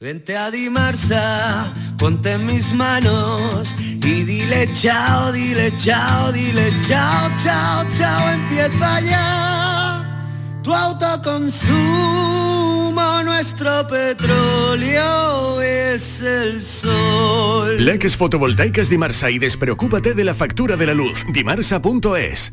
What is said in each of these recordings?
Vente a Dimarsa, ponte en mis manos y dile chao, dile chao, dile chao, chao, chao, empieza ya. Tu autoconsumo, nuestro petróleo es el sol. Leques fotovoltaicas Dimarsa y despreocúpate de la factura de la luz. Dimarsa.es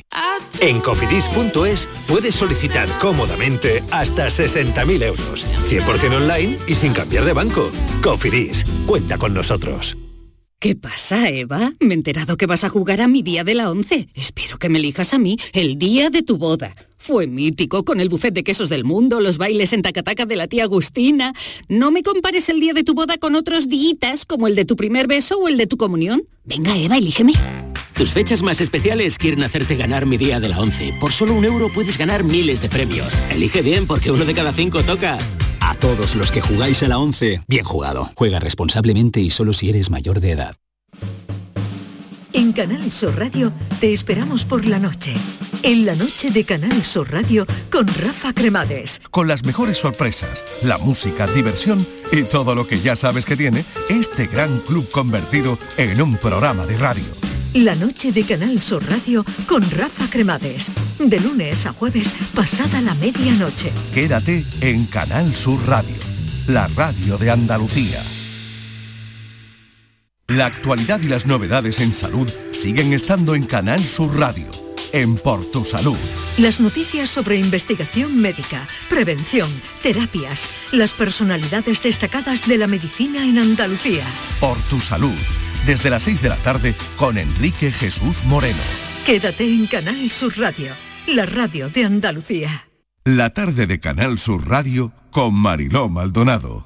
En cofidis.es puedes solicitar cómodamente hasta 60.000 euros, 100% online y sin cambiar de banco. Cofidis, cuenta con nosotros. ¿Qué pasa, Eva? Me he enterado que vas a jugar a mi día de la once. Espero que me elijas a mí el día de tu boda. Fue mítico con el buffet de quesos del mundo, los bailes en tacataca de la tía Agustina. No me compares el día de tu boda con otros días como el de tu primer beso o el de tu comunión. Venga, Eva, elígeme. Tus fechas más especiales quieren hacerte ganar mi día de la 11. Por solo un euro puedes ganar miles de premios. Elige bien porque uno de cada cinco toca. A todos los que jugáis a la 11, bien jugado. Juega responsablemente y solo si eres mayor de edad. En Canal Sur Radio te esperamos por la noche. En la noche de Canal Sur Radio con Rafa Cremades. Con las mejores sorpresas, la música, diversión y todo lo que ya sabes que tiene este gran club convertido en un programa de radio. La noche de Canal Sur Radio con Rafa Cremades. De lunes a jueves, pasada la medianoche. Quédate en Canal Sur Radio, la radio de Andalucía. La actualidad y las novedades en salud siguen estando en Canal Sur Radio, en Por tu Salud. Las noticias sobre investigación médica, prevención, terapias, las personalidades destacadas de la medicina en Andalucía. Por tu Salud desde las 6 de la tarde con Enrique Jesús Moreno. Quédate en Canal Sur Radio, la radio de Andalucía. La tarde de Canal Sur Radio con Mariló Maldonado.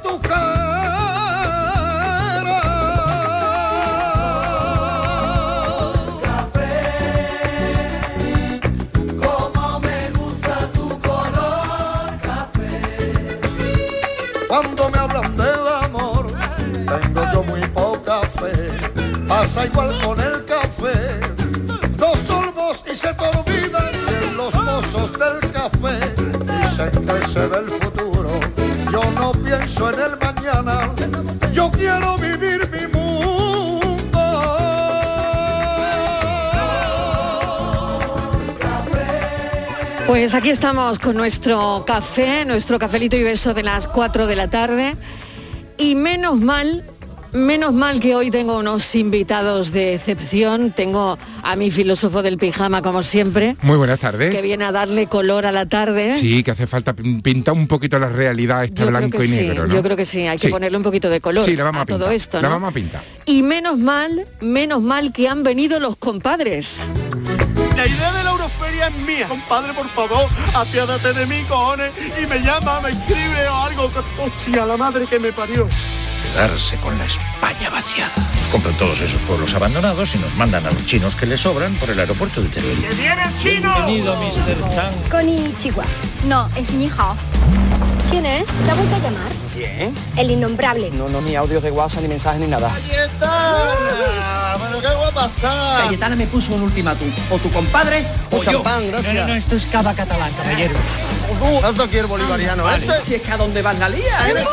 tu cara. cuando me hablan del amor, tengo yo muy poca fe. Pasa igual con el café, dos sorbos y se te olvidan en los mozos del café. Dicen que se ve el futuro, yo no pienso en el mañana, yo quiero vivir mi Pues aquí estamos con nuestro café, nuestro cafelito y beso de las 4 de la tarde. Y menos mal, menos mal que hoy tengo unos invitados de excepción. Tengo a mi filósofo del pijama, como siempre, Muy buenas tardes. que viene a darle color a la tarde. Sí, que hace falta pin- pintar un poquito la realidad esta Yo creo blanco que y sí, negro, ¿no? Yo creo que sí, hay que Sí. ponerle un poquito de color Sí, la vamos a, a, pintar. todo esto, La ¿no? vamos a pintar. Y menos mal, menos mal que han venido los compadres. La idea de la Euroferia es mía. Compadre, por favor, apiádate de mí, cojones, y me llama, me escribe o algo. Hostia, la madre que me parió. Quedarse con la España vaciada. Nos compran todos esos pueblos abandonados y nos mandan a los chinos que les sobran por el aeropuerto de Teruel. viene chino! Bienvenido, Mr. Chang. Con Ichiwa. No, es Ni Hao. ¿Quién es? ¿Te ha vuelto a llamar? ¿Quién? El innombrable. No, no, ni audios de WhatsApp, ni mensajes, ni nada. Cayetana, Ah, ¡Pero qué guapa está! Cayetana me puso un ultimátum. O tu compadre o, O yo. champán, gracias. No, no, no, esto es cava catalán, caballero. ¿Tanto aquí el bolivariano este? Si es que a dónde vas la lía, ¿eh?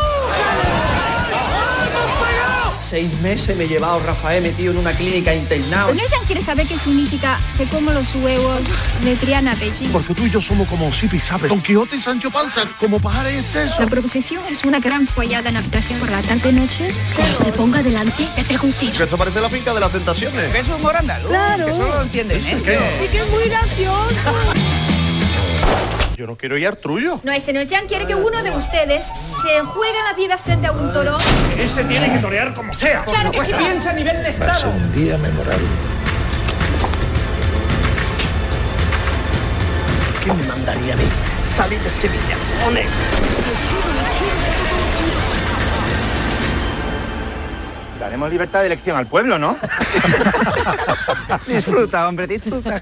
Seis meses me he llevado Rafael metido en una clínica internado. Nelson quiere saber qué significa que como los huevos de Triana Beijing. Porque tú y yo somos como Sipi Sabe, Don Quijote y Sancho Panza, como pajares y exceso. La proposición es una gran follada en habitación por la tarde noche. Cuando se ponga delante, te pego un tiro. Esto parece la finca de las tentaciones. es humor andaluz, Claro. que solo lo entienden Y que es muy gracioso. Yo no quiero ir al trullo. No, ese Nochan quiere que uno de ustedes se juegue la vida frente a un toro. Este tiene que torear como sea. Claro que sí. a nivel de Va a ser un día memorable. ¿Qué me mandaría a mí? Salir de Sevilla, pone. Daremos libertad de elección al pueblo, ¿no? disfruta, hombre, disfruta.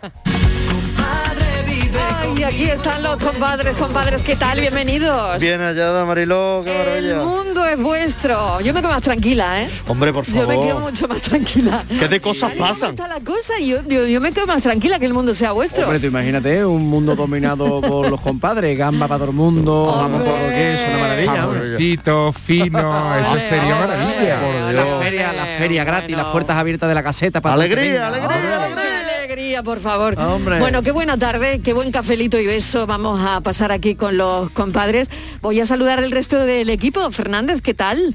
Ay, aquí están los compadres, compadres, ¿qué tal? Bienvenidos. Bien hallada, Mariló, qué El maravilla. mundo es vuestro. Yo me quedo más tranquila, ¿eh? Hombre, por Yo favor. me quedo mucho más tranquila. ¿Qué de cosas Tal y como pasan? está la cosa? Yo, yo- yo me quedo más tranquila que el mundo sea vuestro. Hombre, tú imagínate, ¿eh? un mundo dominado por los compadres, gamba para todo el mundo, jamón por lo que es, una maravilla. hombre. Jamoncito, fino, eso sería maravilla. La feria, la feria gratis, las puertas abiertas de la caseta para todo el que venga. Ah, Alegría, por favor. Hombre. Bueno, qué buena tarde, qué buen cafelito y beso. Vamos a pasar aquí con los compadres. Voy a saludar al resto del equipo. Fernández, ¿qué tal?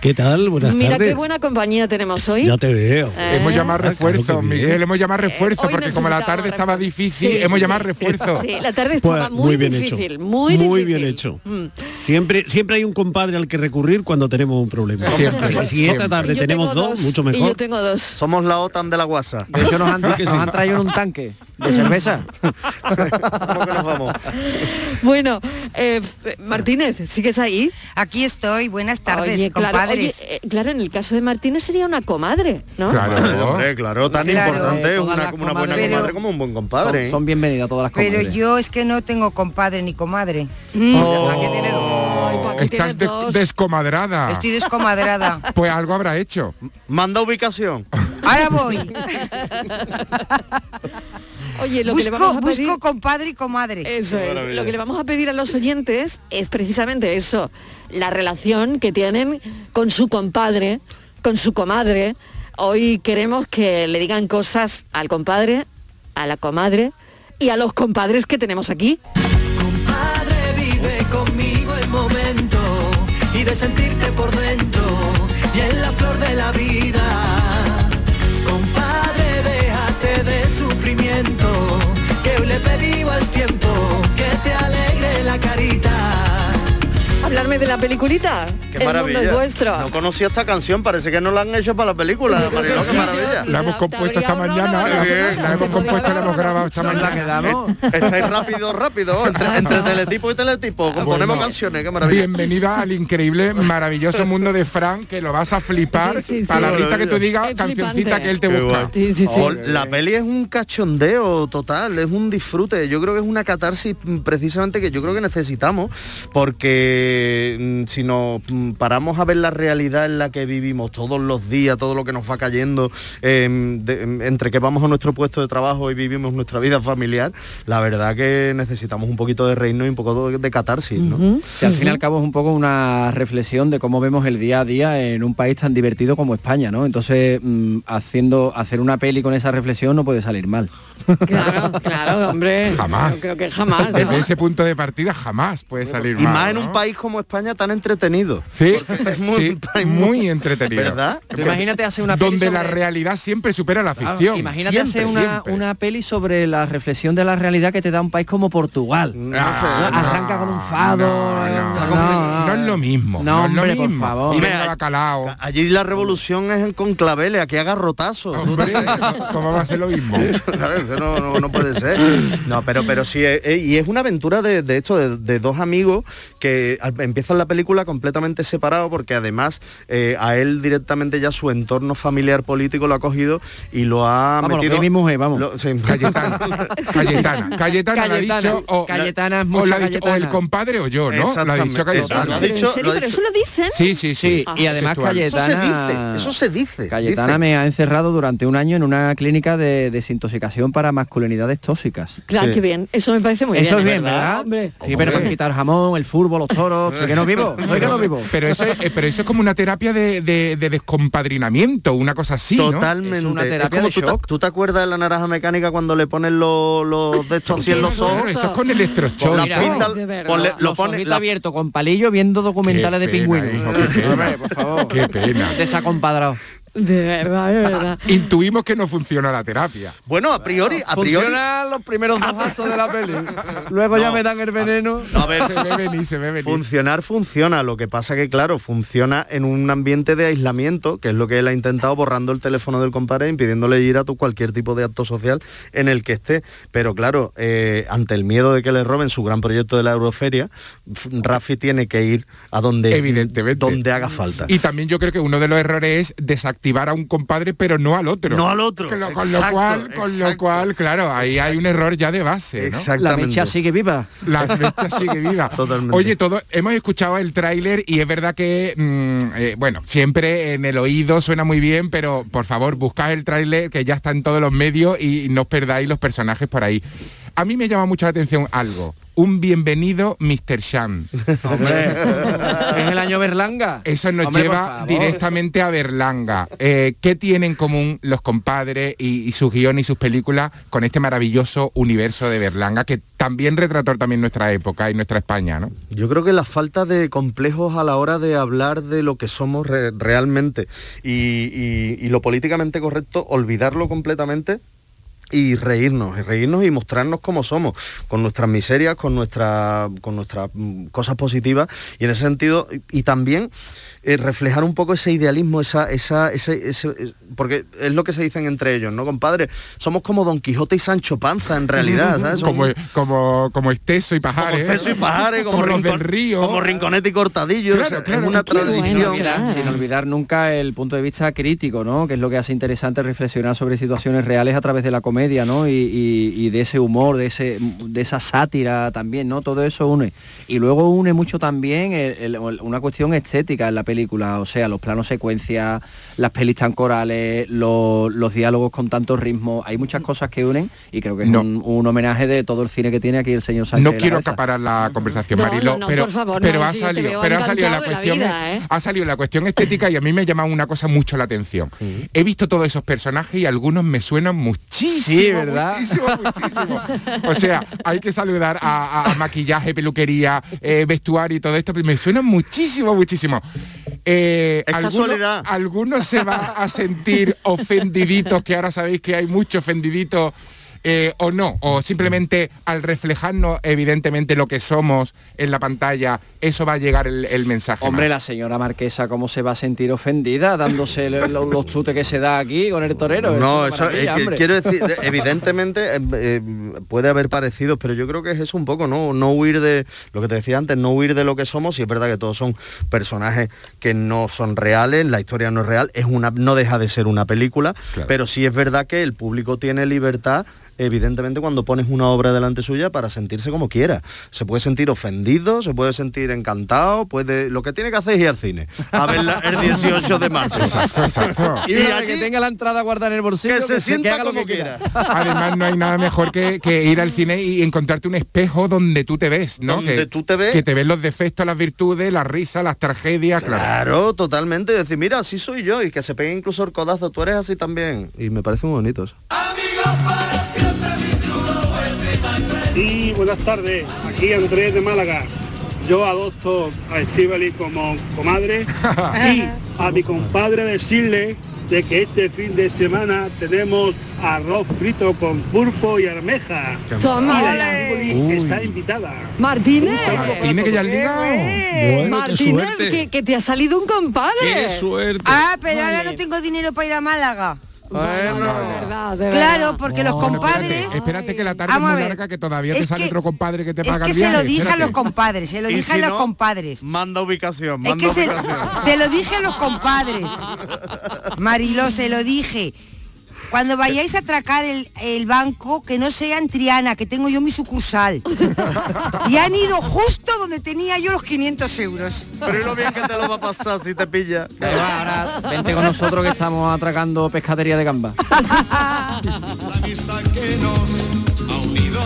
¿Qué tal? Buenas Mira tardes. qué buena compañía tenemos hoy. Ya te veo. Ah, Eh. Hemos llamado refuerzo, Miguel, hemos llamado refuerzo, porque como la tarde estaba difícil, hemos llamado refuerzo. Sí, la tarde estaba muy, Pues, bien difícil, hecho. muy difícil. bien hecho. Mm. Siempre, siempre hay un compadre al que recurrir cuando tenemos un problema. Siempre, Si siempre. esta tarde Yo tenemos tengo dos, dos, mucho y mejor. yo tengo dos. Somos la OTAN de la guasa. De hecho, nos han, Sí que sí. nos han traído en un tanque de cerveza. Bueno, eh, F- Martínez, ¿sigues ahí? Aquí estoy, buenas tardes, Oye, claro, compadres. oye, eh, claro, en el caso de Martínez sería una comadre, ¿no? Claro, hombre, claro, tan Claro. importante Eh, todas una, las como una buena comadres. comadre Pero- como un buen compadre. ¿eh? Son- Son, bienvenidas Ah, todas las Pero comadres. yo es que no tengo compadre ni comadre. Mm. Oh. Estás de- descomadrada. Estoy descomadrada. Pues algo habrá hecho. Manda ubicación. Ahora voy. Oye, lo busco, que le vamos a pedir... busco compadre y comadre. Eso es. Lo que le vamos a pedir a los oyentes es precisamente eso, la relación que tienen con su compadre, con su comadre. Hoy queremos que le digan cosas al compadre, a la comadre y a los compadres que tenemos aquí. Compadre, vive conmigo el momento y de sentirte por dentro y en la flor de la vida. Compadre, déjate de sufrimiento, que hoy le pedí al tiempo que te alegre la carita. Hablarme de la peliculita. Qué el maravilla. mundo es vuestro. No conocía esta canción, parece que no la han hecho para la película. Mariló, qué maravilla. La hemos compuesto esta mañana, eh, la, la hemos compuesto, la hemos grabado esta mañana. Estáis rápido, rápido, entre, Ah, entre teletipo y teletipo. Componemos canciones, qué maravilla. Bienvenida al increíble, maravilloso mundo de Fran, que lo vas a flipar. Sí, sí, sí. Palabrita que tú Maravilla. digas, cancioncita que él te Qué busca. guay. Oh, la peli es un cachondeo total, es un disfrute. Yo creo que es una catarsis mm, precisamente que yo creo que necesitamos, porque mm, si nos mm, paramos a ver la realidad en la que vivimos todos los días, todo lo que nos va cayendo, eh, de- entre que vamos a nuestro puesto de trabajo y vivimos nuestra vida familiar, la verdad que necesitamos un poquito de reino y un poco de, de catarsis, ¿no? Si al fin y al cabo es un poco una reflexión de cómo vemos el día a día en un país tan divertido como España, ¿no? Entonces, mm, haciendo hacer una peli con esa reflexión no puede salir mal. Claro, hombre. Jamás. Yo creo que jamás. ¿no? Desde ese punto de partida jamás puede salir Y mal, más en ¿no? un país como España tan entretenido. Sí, Porque es sí, es muy entretenido. ¿Verdad? Tú imagínate hacer una peli Donde la sobre- realidad siempre supera la Claro, ficción. imagínate Siempre, hacer una, siempre. una peli sobre la reflexión de la realidad que te da un país como Portugal. Ah, ¿no? Arranca con un fado. no, no, no es lo mismo. No, No, es lo hombre, por mismo. favor. Y Hombre, venga, bacalao. Allí la revolución es en conclavele, aquí haga rotazo. ¿Cómo va a ser lo mismo? no, no- no puede ser. No, pero, pero sí, eh, eh, y es una aventura de, de esto, de, de dos amigos que al- empiezan la película completamente separados porque además eh, a él directamente ya su entorno familiar político lo ha cogido y lo ha Vamos, lo metido... que es mi mujer, vamos. Lo- sí. Cayetana. Cayetana, la ha Cayetana, dicho. O, Cayetana es o mucho la ha dicho, o el Cayetana. compadre o yo, ¿no? La ha dicho Exactamente, Cayetana. lo ha dicho- ¿En serio? ¿Pero eso lo dicen? Ah. Sí, sí, sí. Y además Cayetana... Eso se dice. Cayetana dice. me ha encerrado durante un año en una clínica de desintoxicación para masculinidades tóxicas. Claro, qué bien. Eso me parece muy Eso bien. es bien, ¿verdad? Hombre. Sí, pero para quitar jamón, el fútbol, los toros, soy que no vivo, soy que no vivo. Pero eso, es, eh, pero eso es como una terapia de, de- de descompadrinamiento, una cosa así, ¿no? Totalmente. Es como tú, te, tú te acuerdas de la naranja mecánica cuando le ponen los los de estos así en los ojos? Claro, Eso es con electrochoque. Ponle- pinta- ponle- lo Los pone ojitos la- abierto con palillo viendo documentales de pingüinos. por favor. Qué pena. Desacompadrado. ¿eh? De verdad, de verdad. Intuimos que no funciona la terapia. Bueno, a priori, a priori. Funcionan los primeros dos actos de la peli. Luego ya No. me dan el veneno. No, a ver. Se ve venir, se ve venir. Funcionar funciona, lo que pasa que claro, funciona en un ambiente de aislamiento, que es lo que él ha intentado borrando el teléfono del compadre, impidiéndole ir a tu cualquier tipo de acto social en el que esté. Pero claro, eh, ante el miedo de que le roben su gran proyecto de la Euroferia, F- Rafi tiene que ir a donde, donde haga falta. Y también yo creo que uno de los errores es desactivar a un compadre, pero no al otro. No al otro. Con lo, con lo Exacto, cual, con lo cual, claro, ahí hay un error ya de base. ¿no? La mecha sigue viva. La mecha sigue viva. Totalmente. Oye, todo, hemos escuchado el tráiler y es verdad que, mm, eh, bueno, siempre en el oído suena muy bien, pero por favor, buscad el tráiler que ya está en todos los medios y no os perdáis los personajes por ahí. A mí me llama mucho la atención algo. Un bienvenido, Mr. Sham. Es el año Berlanga. Eso nos Hombre, por lleva favor. directamente a Berlanga. Eh, ¿Qué tienen en común los compadres y, y sus guiones y sus películas con este maravilloso universo de Berlanga que también retrató también nuestra época y nuestra España, ¿no? Yo creo que la falta de complejos a la hora de hablar de lo que somos re- realmente y, y- y lo políticamente correcto, olvidarlo completamente y reírnos, y reírnos y mostrarnos como somos, con nuestras miserias, con, nuestra, con nuestras mm, cosas positivas y en ese sentido, y, y también eh, reflejar un poco ese idealismo, esa, esa, ese, ese- eh, porque es lo que se dicen entre ellos, ¿no, compadre? Somos como Don Quijote y Sancho Panza en realidad, ¿sabes? Somos Como, como, como Esteso y Pajares. como Teso y Pajares, como, Como los Rincon- del río. como Rinconete y Cortadillo, Claro, o sea, claro. es una Qué bueno, Sin tradición. olvidar, sin olvidar nunca el punto de vista crítico, ¿no? Que es lo que hace interesante reflexionar sobre situaciones reales a través de la comedia, ¿no? Y, y- y de ese humor, de, ese, de esa sátira también, ¿no? Todo eso une. Y luego une mucho también el- el- una cuestión estética en la película, o sea, los planos secuencia, las pelis tan corales, los, los diálogos con tanto ritmo, hay muchas cosas que unen y creo que es No. un, un homenaje de todo el cine que tiene aquí el señor Sánchez. No de la quiero Garza. acaparar la conversación, No, Mariló, no, no, pero, por favor, pero no, ha sí, te salido, veo pero ha salido la encantado de la cuestión, vida, ¿eh? ha salido la cuestión estética y a mí me llama una cosa mucho la atención. He visto todos esos personajes y algunos me suenan muchísimo, Sí, ¿verdad? muchísimo, muchísimo. O sea, hay que saludar a, a- a maquillaje, peluquería, eh, vestuario y todo esto, pero me suenan muchísimo, muchísimo. Eh, Es alguno- casualidad. algunos se va a sentir ofendiditos, que ahora sabéis que hay muchos ofendiditos, eh, o no, o simplemente al reflejarnos evidentemente lo que somos en la pantalla, eso va a llegar el, el mensaje. Hombre, la más. señora marquesa, ¿cómo se va a sentir ofendida dándose lo- lo- los chutes que se da aquí con el torero? No, es eso una es maravilla, que hombre. quiero decir, de- evidentemente eh, eh, puede haber parecidos, pero yo creo que es eso un poco, ¿no? No huir de lo que te decía antes, no huir de lo que somos, y es verdad que todos son personajes que no son reales, la historia no es real, es una, no deja de ser una película, pero sí es verdad que el público tiene libertad. Evidentemente cuando pones una obra delante suya para sentirse como quiera. Se puede sentir ofendido, se puede sentir encantado, puede. Lo que tiene que hacer es ir al cine. A verla el 18 de marzo. Exacto, exacto. Y una vez que tenga la entrada guardada en el bolsillo, que se sienta haga como quiera. Además, no hay nada mejor que, que ir al cine y encontrarte un espejo donde tú te ves, ¿no? Donde que, tú te ves. Que te ves los defectos, las virtudes, las risas, las tragedias, claro. Claro, totalmente. Decir, mira, así soy yo y que se pegue incluso el codazo, tú eres así también. Y me parece muy bonito eso. Y buenas tardes, aquí Andrés de Málaga. Yo adopto a Estivali como comadre y a mi compadre decirle de que este fin de semana tenemos arroz frito con pulpo y almeja. Toma. Y la Estíbaliz está invitada. Martínez. Tiene que ya ligado. Martínez, que, que te ha salido un compadre. Qué suerte. Ah, pero ahora no tengo dinero para ir a Málaga. Claro, porque los Bueno, espérate, compadres Espérate, que la tarde es Vamos a muy ver. larga que todavía Es te sale que- otro compadre que te es paga que el se viaje. lo dije a espérate. los compadres, se lo Y dije si a no, los compadres. Manda ubicación, Es manda que se, ubicación. se lo dije a los compadres. Mariló, se lo dije. Cuando vayáis a atracar el, el banco, que no sea en Triana, que tengo yo mi sucursal. Y han ido justo donde tenía yo los 500 euros. Pero y lo bien que te lo va a pasar si te pilla. Vente con nosotros que estamos atracando pescadería de gamba. La amistad que nos ha unido.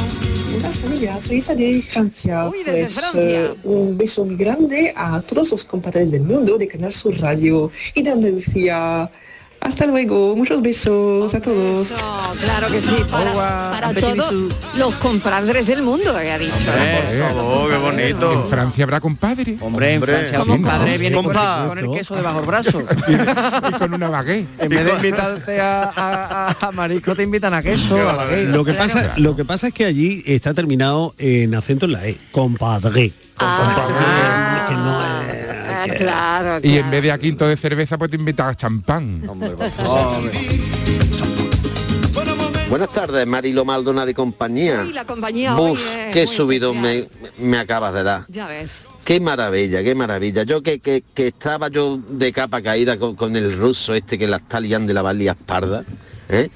Hola familia, soy Isadia de Francia. Uy, desde Pues, Francia. eh, un beso muy grande a todos los compadres del mundo de Canal Sur Radio y de Andalucía. Hasta luego, muchos besos a todos. Claro que sí, para, para todos los compadres del mundo, que ha Eh, dicho. qué bonito. En Francia habrá compadre. Hombre, en Francia Sí, los ¿no? compadres vienen con el, Compa. con el queso debajo del brazo. Y con una baguette. En vez de invitarte a, a- a- a marisco, te invitan a queso. a la gay. Lo que, pasa, lo que pasa es que allí está terminado en acento en la E. Compadre. claro, Y en vez de a quinto de cerveza, pues te invitan a champán. Buenas tardes, Marilo Maldonado de compañía. Y la compañía Buf, hoy es qué muy subido especial. me, me acabas de dar. Ya ves. Qué maravilla, qué maravilla. Yo que, que- que estaba yo de capa caída con, con el ruso este que la está liando y la va a liar parda, ¿eh?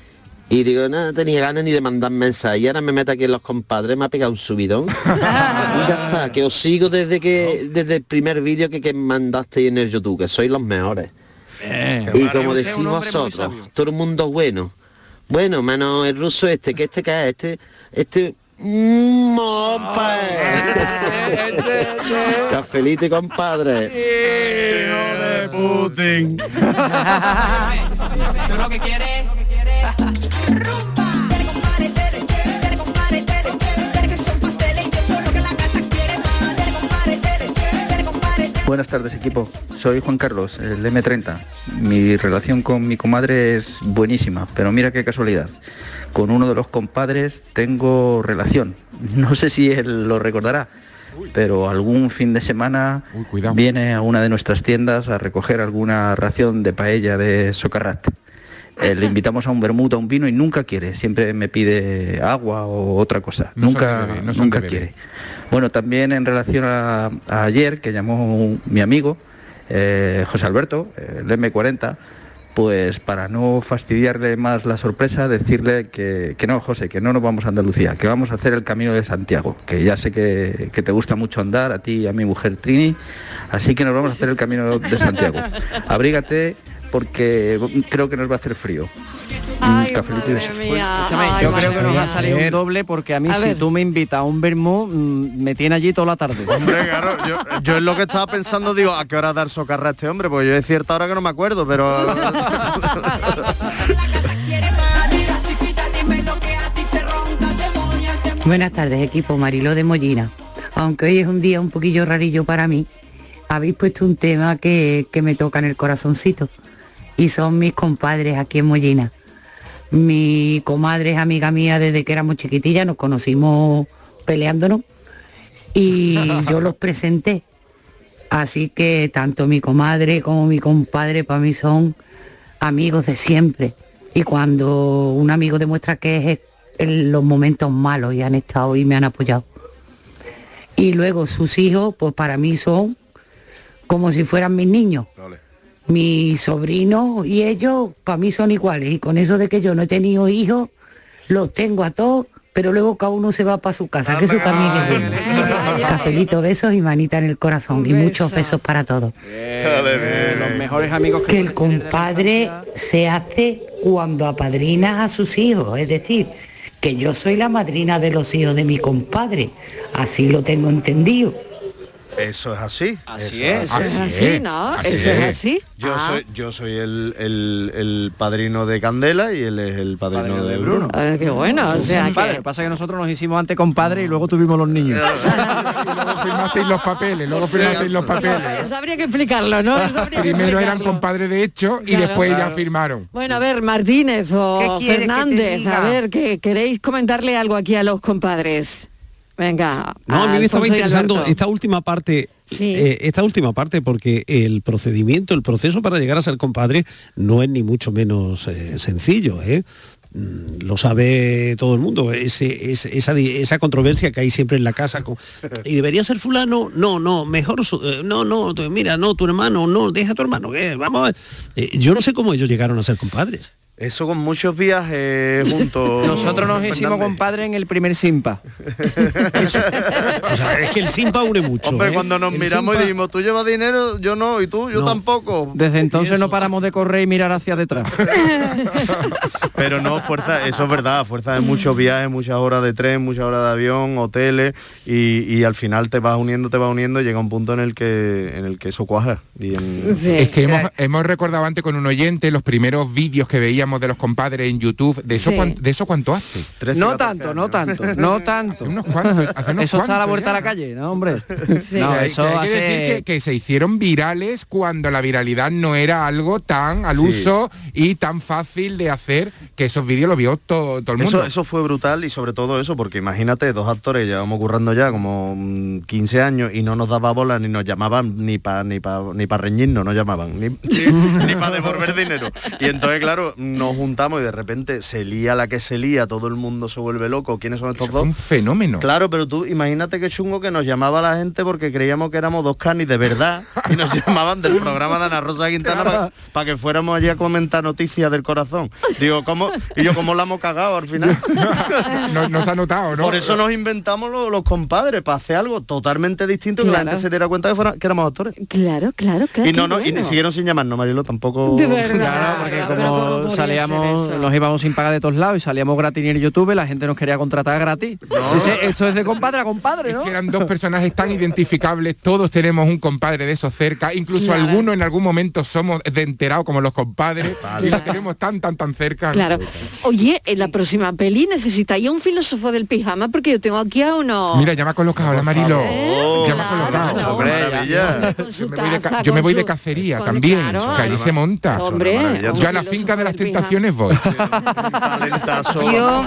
Y digo, nada, no tenía ganas ni de mandar mensaje. Y ahora me meto aquí en los compadres, me ha pegado un subidón. y ya está, que os sigo desde que desde el primer vídeo que, que mandaste en el YouTube, que sois los mejores. y vale, como usted es un decimos hombre muy nosotros, sabio. todo el mundo bueno. Bueno, mano, el ruso este, que este que es, este, este. mm, opa. Ah, eh, Cafelito y compadre. Tú lo que quieres. Buenas tardes equipo, soy Juan Carlos, el M30. Mi relación con mi comadre es buenísima, pero mira qué casualidad. Con uno de los compadres tengo relación. No sé si él lo recordará, pero algún fin de semana viene a una de nuestras tiendas a recoger alguna ración de paella de socarrat. Eh, le invitamos a un vermut, a un vino y nunca quiere. Siempre me pide agua o otra cosa. No nunca son de bebé, no son nunca de bebé. quiere. Bueno, también en relación a, a ayer, que llamó un- mi amigo eh, José Alberto, eh, el M40, pues para no fastidiarle más la sorpresa, decirle que, que no, José, que no nos vamos a Andalucía, que vamos a hacer el Camino de Santiago, que ya sé que, que te gusta mucho andar, a ti y a mi mujer Trini, así que nos vamos a hacer el Camino de Santiago. Abrígate porque creo que nos va a hacer frío. Mm, cafelito y besos. Escúchame, yo creo que nos va a salir un doble porque a mí A si ver. tú me invitas a un vermú, mm, me tiene allí toda la tarde. Hombre, claro, yo, yo es lo que estaba pensando, digo, ¿a qué hora dar socarra a este hombre? Porque yo es cierta hora que no me acuerdo, pero... Buenas tardes, equipo Mariló de Mollina. Aunque hoy es un día un poquillo rarillo para mí, habéis puesto un tema que, que me toca en el corazoncito. Y son mis compadres aquí en Mollina. Mi comadre es amiga mía desde que éramos chiquitillas, nos conocimos peleándonos. Y yo los presenté. Así que tanto mi comadre como mi compadre para mí son amigos de siempre. Y cuando un amigo demuestra que es en los momentos malos y han estado y me han apoyado. Y luego sus hijos, pues para mí son como si fueran mis niños. Mis sobrinos y ellos para mí son iguales. Y con eso de que yo no he tenido hijos, los tengo a todos, pero luego cada uno se va para su casa, que eso también es bueno. Cafelito, besos y manita en el corazón. Y muchos besos para todos. Los mejores amigos que Que el compadre se hace cuando apadrinas a sus hijos, es decir, que yo soy la madrina de los hijos de mi compadre, así lo tengo entendido. Eso es así. Así es. Eso es así, ¿no? Eso es así. Yo Ah. soy, yo soy el, el- el padrino de Candela y él es el padrino, de Bruno. Ah, qué bueno, o sea Compadre, que- lo que pasa es que nosotros nos hicimos antes compadre y luego tuvimos los niños. luego firmasteis los papeles, luego firmasteis los papeles. Eso habría que explicarlo, ¿no? Eso habría que Ah, Primero eran explicarlo. compadres de hecho y Claro. después ya Claro. firmaron. Bueno, a ver, Martínez o ¿Qué quieres que te Fernández, diga? a ver, ¿qué, ¿queréis comentarle algo aquí a los compadres? Venga. No, a mí me Ah, estaba Alfonso y interesando Alberto. esta última parte, Sí. eh, esta última parte, porque el procedimiento, el proceso para llegar a ser compadre no es ni mucho menos eh, sencillo, ¿eh? Mm, Lo sabe todo el mundo, ese- ese- esa, di- esa controversia que hay siempre en la casa. con, ¿Y debería ser fulano? No, no, mejor, su- eh, no, no, tú- mira, no, tu hermano, no, deja a tu hermano, que vamos. a- Eh, yo no sé cómo ellos llegaron a ser compadres. Eso con muchos viajes juntos. Nosotros nos Fernández. hicimos Compadre en el primer simpa. O sea, es que el simpa une mucho. Hombre, ¿eh? cuando nos El miramos simpa- y dijimos, tú llevas dinero, yo no, y tú, yo No. tampoco. Desde entonces no paramos de correr y mirar hacia detrás. Pero no, fuerza, eso es verdad, fuerza de muchos viajes, muchas horas de tren, muchas horas de avión, hoteles, y, y al final te vas uniendo, te vas uniendo, y llega un punto en el que en el que eso cuaja. Y en- Es que hemos, hemos recordado antes con un oyente los primeros vídeos que veíamos de los compadres en YouTube. ¿De eso, Sí. cuán- de eso cuánto hace? No tanto, no tanto, no tanto. Eso está a la vuelta a la calle, ¿no, hombre? No, Que hay- eso que hay que hace- decir que, que se hicieron virales cuando la viralidad no era algo tan al Sí. uso y tan fácil de hacer que esos vídeos lo vio todo, todo el mundo. Eso, eso fue brutal y sobre todo eso, porque imagínate, dos actores llevamos currando ya como mm, 15 años y no nos daba bola ni nos llamaban ni para ni pa, ni pa reñirnos, no llamaban, ni, para devolver dinero. Y entonces, claro, nos juntamos y de repente se lía la que se lía, todo el mundo se vuelve loco. ¿Quiénes son estos dos? un fenómeno. Claro, pero tú imagínate qué chungo que nos llamaba la gente porque creíamos que éramos dos canis de verdad y nos llamaban del programa de Ana Rosa Quintana para que fuéramos allí a comentar noticias del corazón. Digo, ¿cómo? Y yo, ¿cómo la hemos cagado al final? no, no se ha notado, ¿no? Por eso nos inventamos lo- los, compadres, para hacer algo totalmente distinto que Claro. la gente se diera cuenta que, fuera- que éramos actores. Claro, claro, claro. y no, qué no, y bueno. ni siguieron sin llamarnos, Marielo, tampoco. De verdad. Porque pero ¿cómo como podía salíamos, ser eso? nos íbamos sin pagar de todos lados y salíamos gratis en YouTube, la gente nos quería contratar gratis. Dice, esto es de compadre a compadre, ¿no? que eran dos personajes tan identificables, todos tenemos un compadre de esos cerca, incluso Claro. algunos en algún momento somos de enterado como los compadres, y lo tenemos tan, tan, tan cerca. Claro. Oye, en la próxima peli necesitáis a un filósofo del pijama porque yo tengo aquí a uno. Mira, ya me ha colocado la Marilo. ya me ha colocado. Su Yo me voy de taza, ca- Yo me con voy su- de cacería también, claro. que allí se monta. Hombre, un yo a la finca de las tentaciones voy. Yo,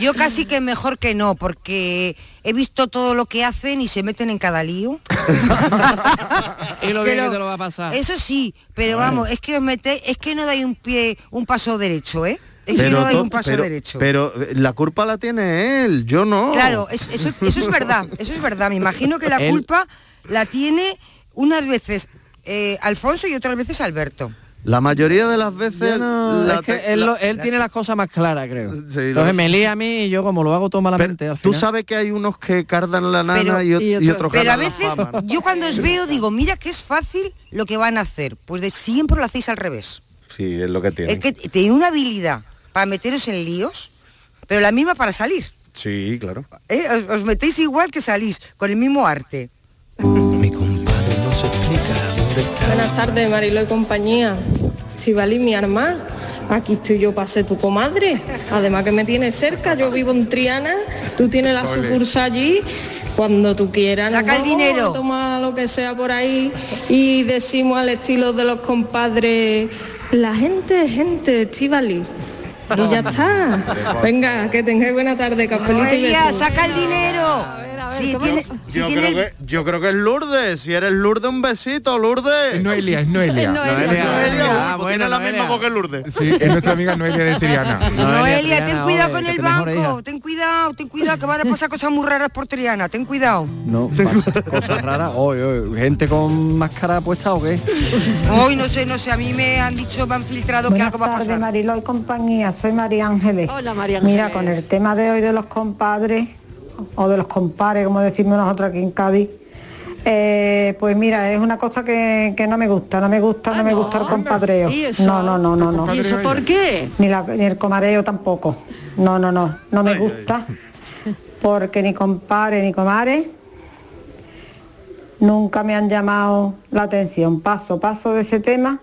yo casi que mejor que no, porque he visto todo lo que hacen y se meten en cada lío. Y lo bien que te lo va a pasar. Eso sí, pero Claro. vamos, es que os metéis, es que no dais un pie, un paso derecho, ¿eh? Es que Pero no dais to- un paso pero- derecho. pero eh, la culpa la tiene él, yo no. Oh. Claro, es- eso, eso es verdad, eso es verdad. Me imagino que la Él- culpa la tiene unas veces eh, Alfonso y otras veces Alberto. La mayoría de las veces la es que te- él, la- lo- él tiene las cosas más claras, creo. lo- Entonces me lía a mí y yo como lo hago todo malamente al Tú final. sabes que hay unos que cardan la nana y, ot- y otros pero a cardan la veces fama, ¿no? yo cuando os veo digo, mira que es fácil lo que van a hacer. Pues de siempre lo hacéis al revés. Sí, es lo que tiene. Es que tenéis una habilidad para meteros en líos, pero la misma para salir. Sí, claro. ¿eh? Os, os metéis igual que salís, con el mismo arte. Buenas tardes, Marilo y compañía. Chivali, mi arma. Aquí estoy yo para ser tu comadre. Además que me tienes cerca, yo vivo en Triana, tú tienes la Ole. sucursal allí. Cuando tú quieras, nos Saca el vamos a dinero. tomar lo que sea por ahí y decimos al estilo de los compadres, la gente es gente, Chivali. Y ya está. Venga, que tengáis buena tarde, cafelito y Noelia, besos. saca el dinero. Si tiene- si Yo tiene creo, el- que, yo creo que es Lourdes. Si eres Lourdes, un besito, Lourdes. Noelia, es Noelia. Noelia, Noelia, Noelia. uy, Ah, pues bueno, tiene la Noelia. misma voz que Lourdes. Sí, es nuestra amiga Noelia de Triana. Noelia, ten cuidado con el banco, ten cuidado, ten cuidado, que van a pasar cosas muy raras por Triana, ten cuidado. No, pasa cosas raras. Oye, oye, gente con máscara puesta o qué? Hoy no sé, no sé, a mí me han dicho, me han filtrado que algo va a pasar. tardes, Mariló y compañía. Soy María Ángeles. Hola, María Mira, Ángeles. con el tema de hoy de los compadres, o de los compares, como decimos nosotros aquí en Cádiz, eh, pues mira, es una cosa que, que no me gusta, no me gusta, no, me gusta el compadreo. Ah, ¿Y eso? No, no, no, no, no. ¿Y eso por qué? Ni, la- ni el comareo tampoco. No, no, no, no me gusta. Porque ni compare ni comare Nunca me han llamado la atención. Paso, paso de ese tema.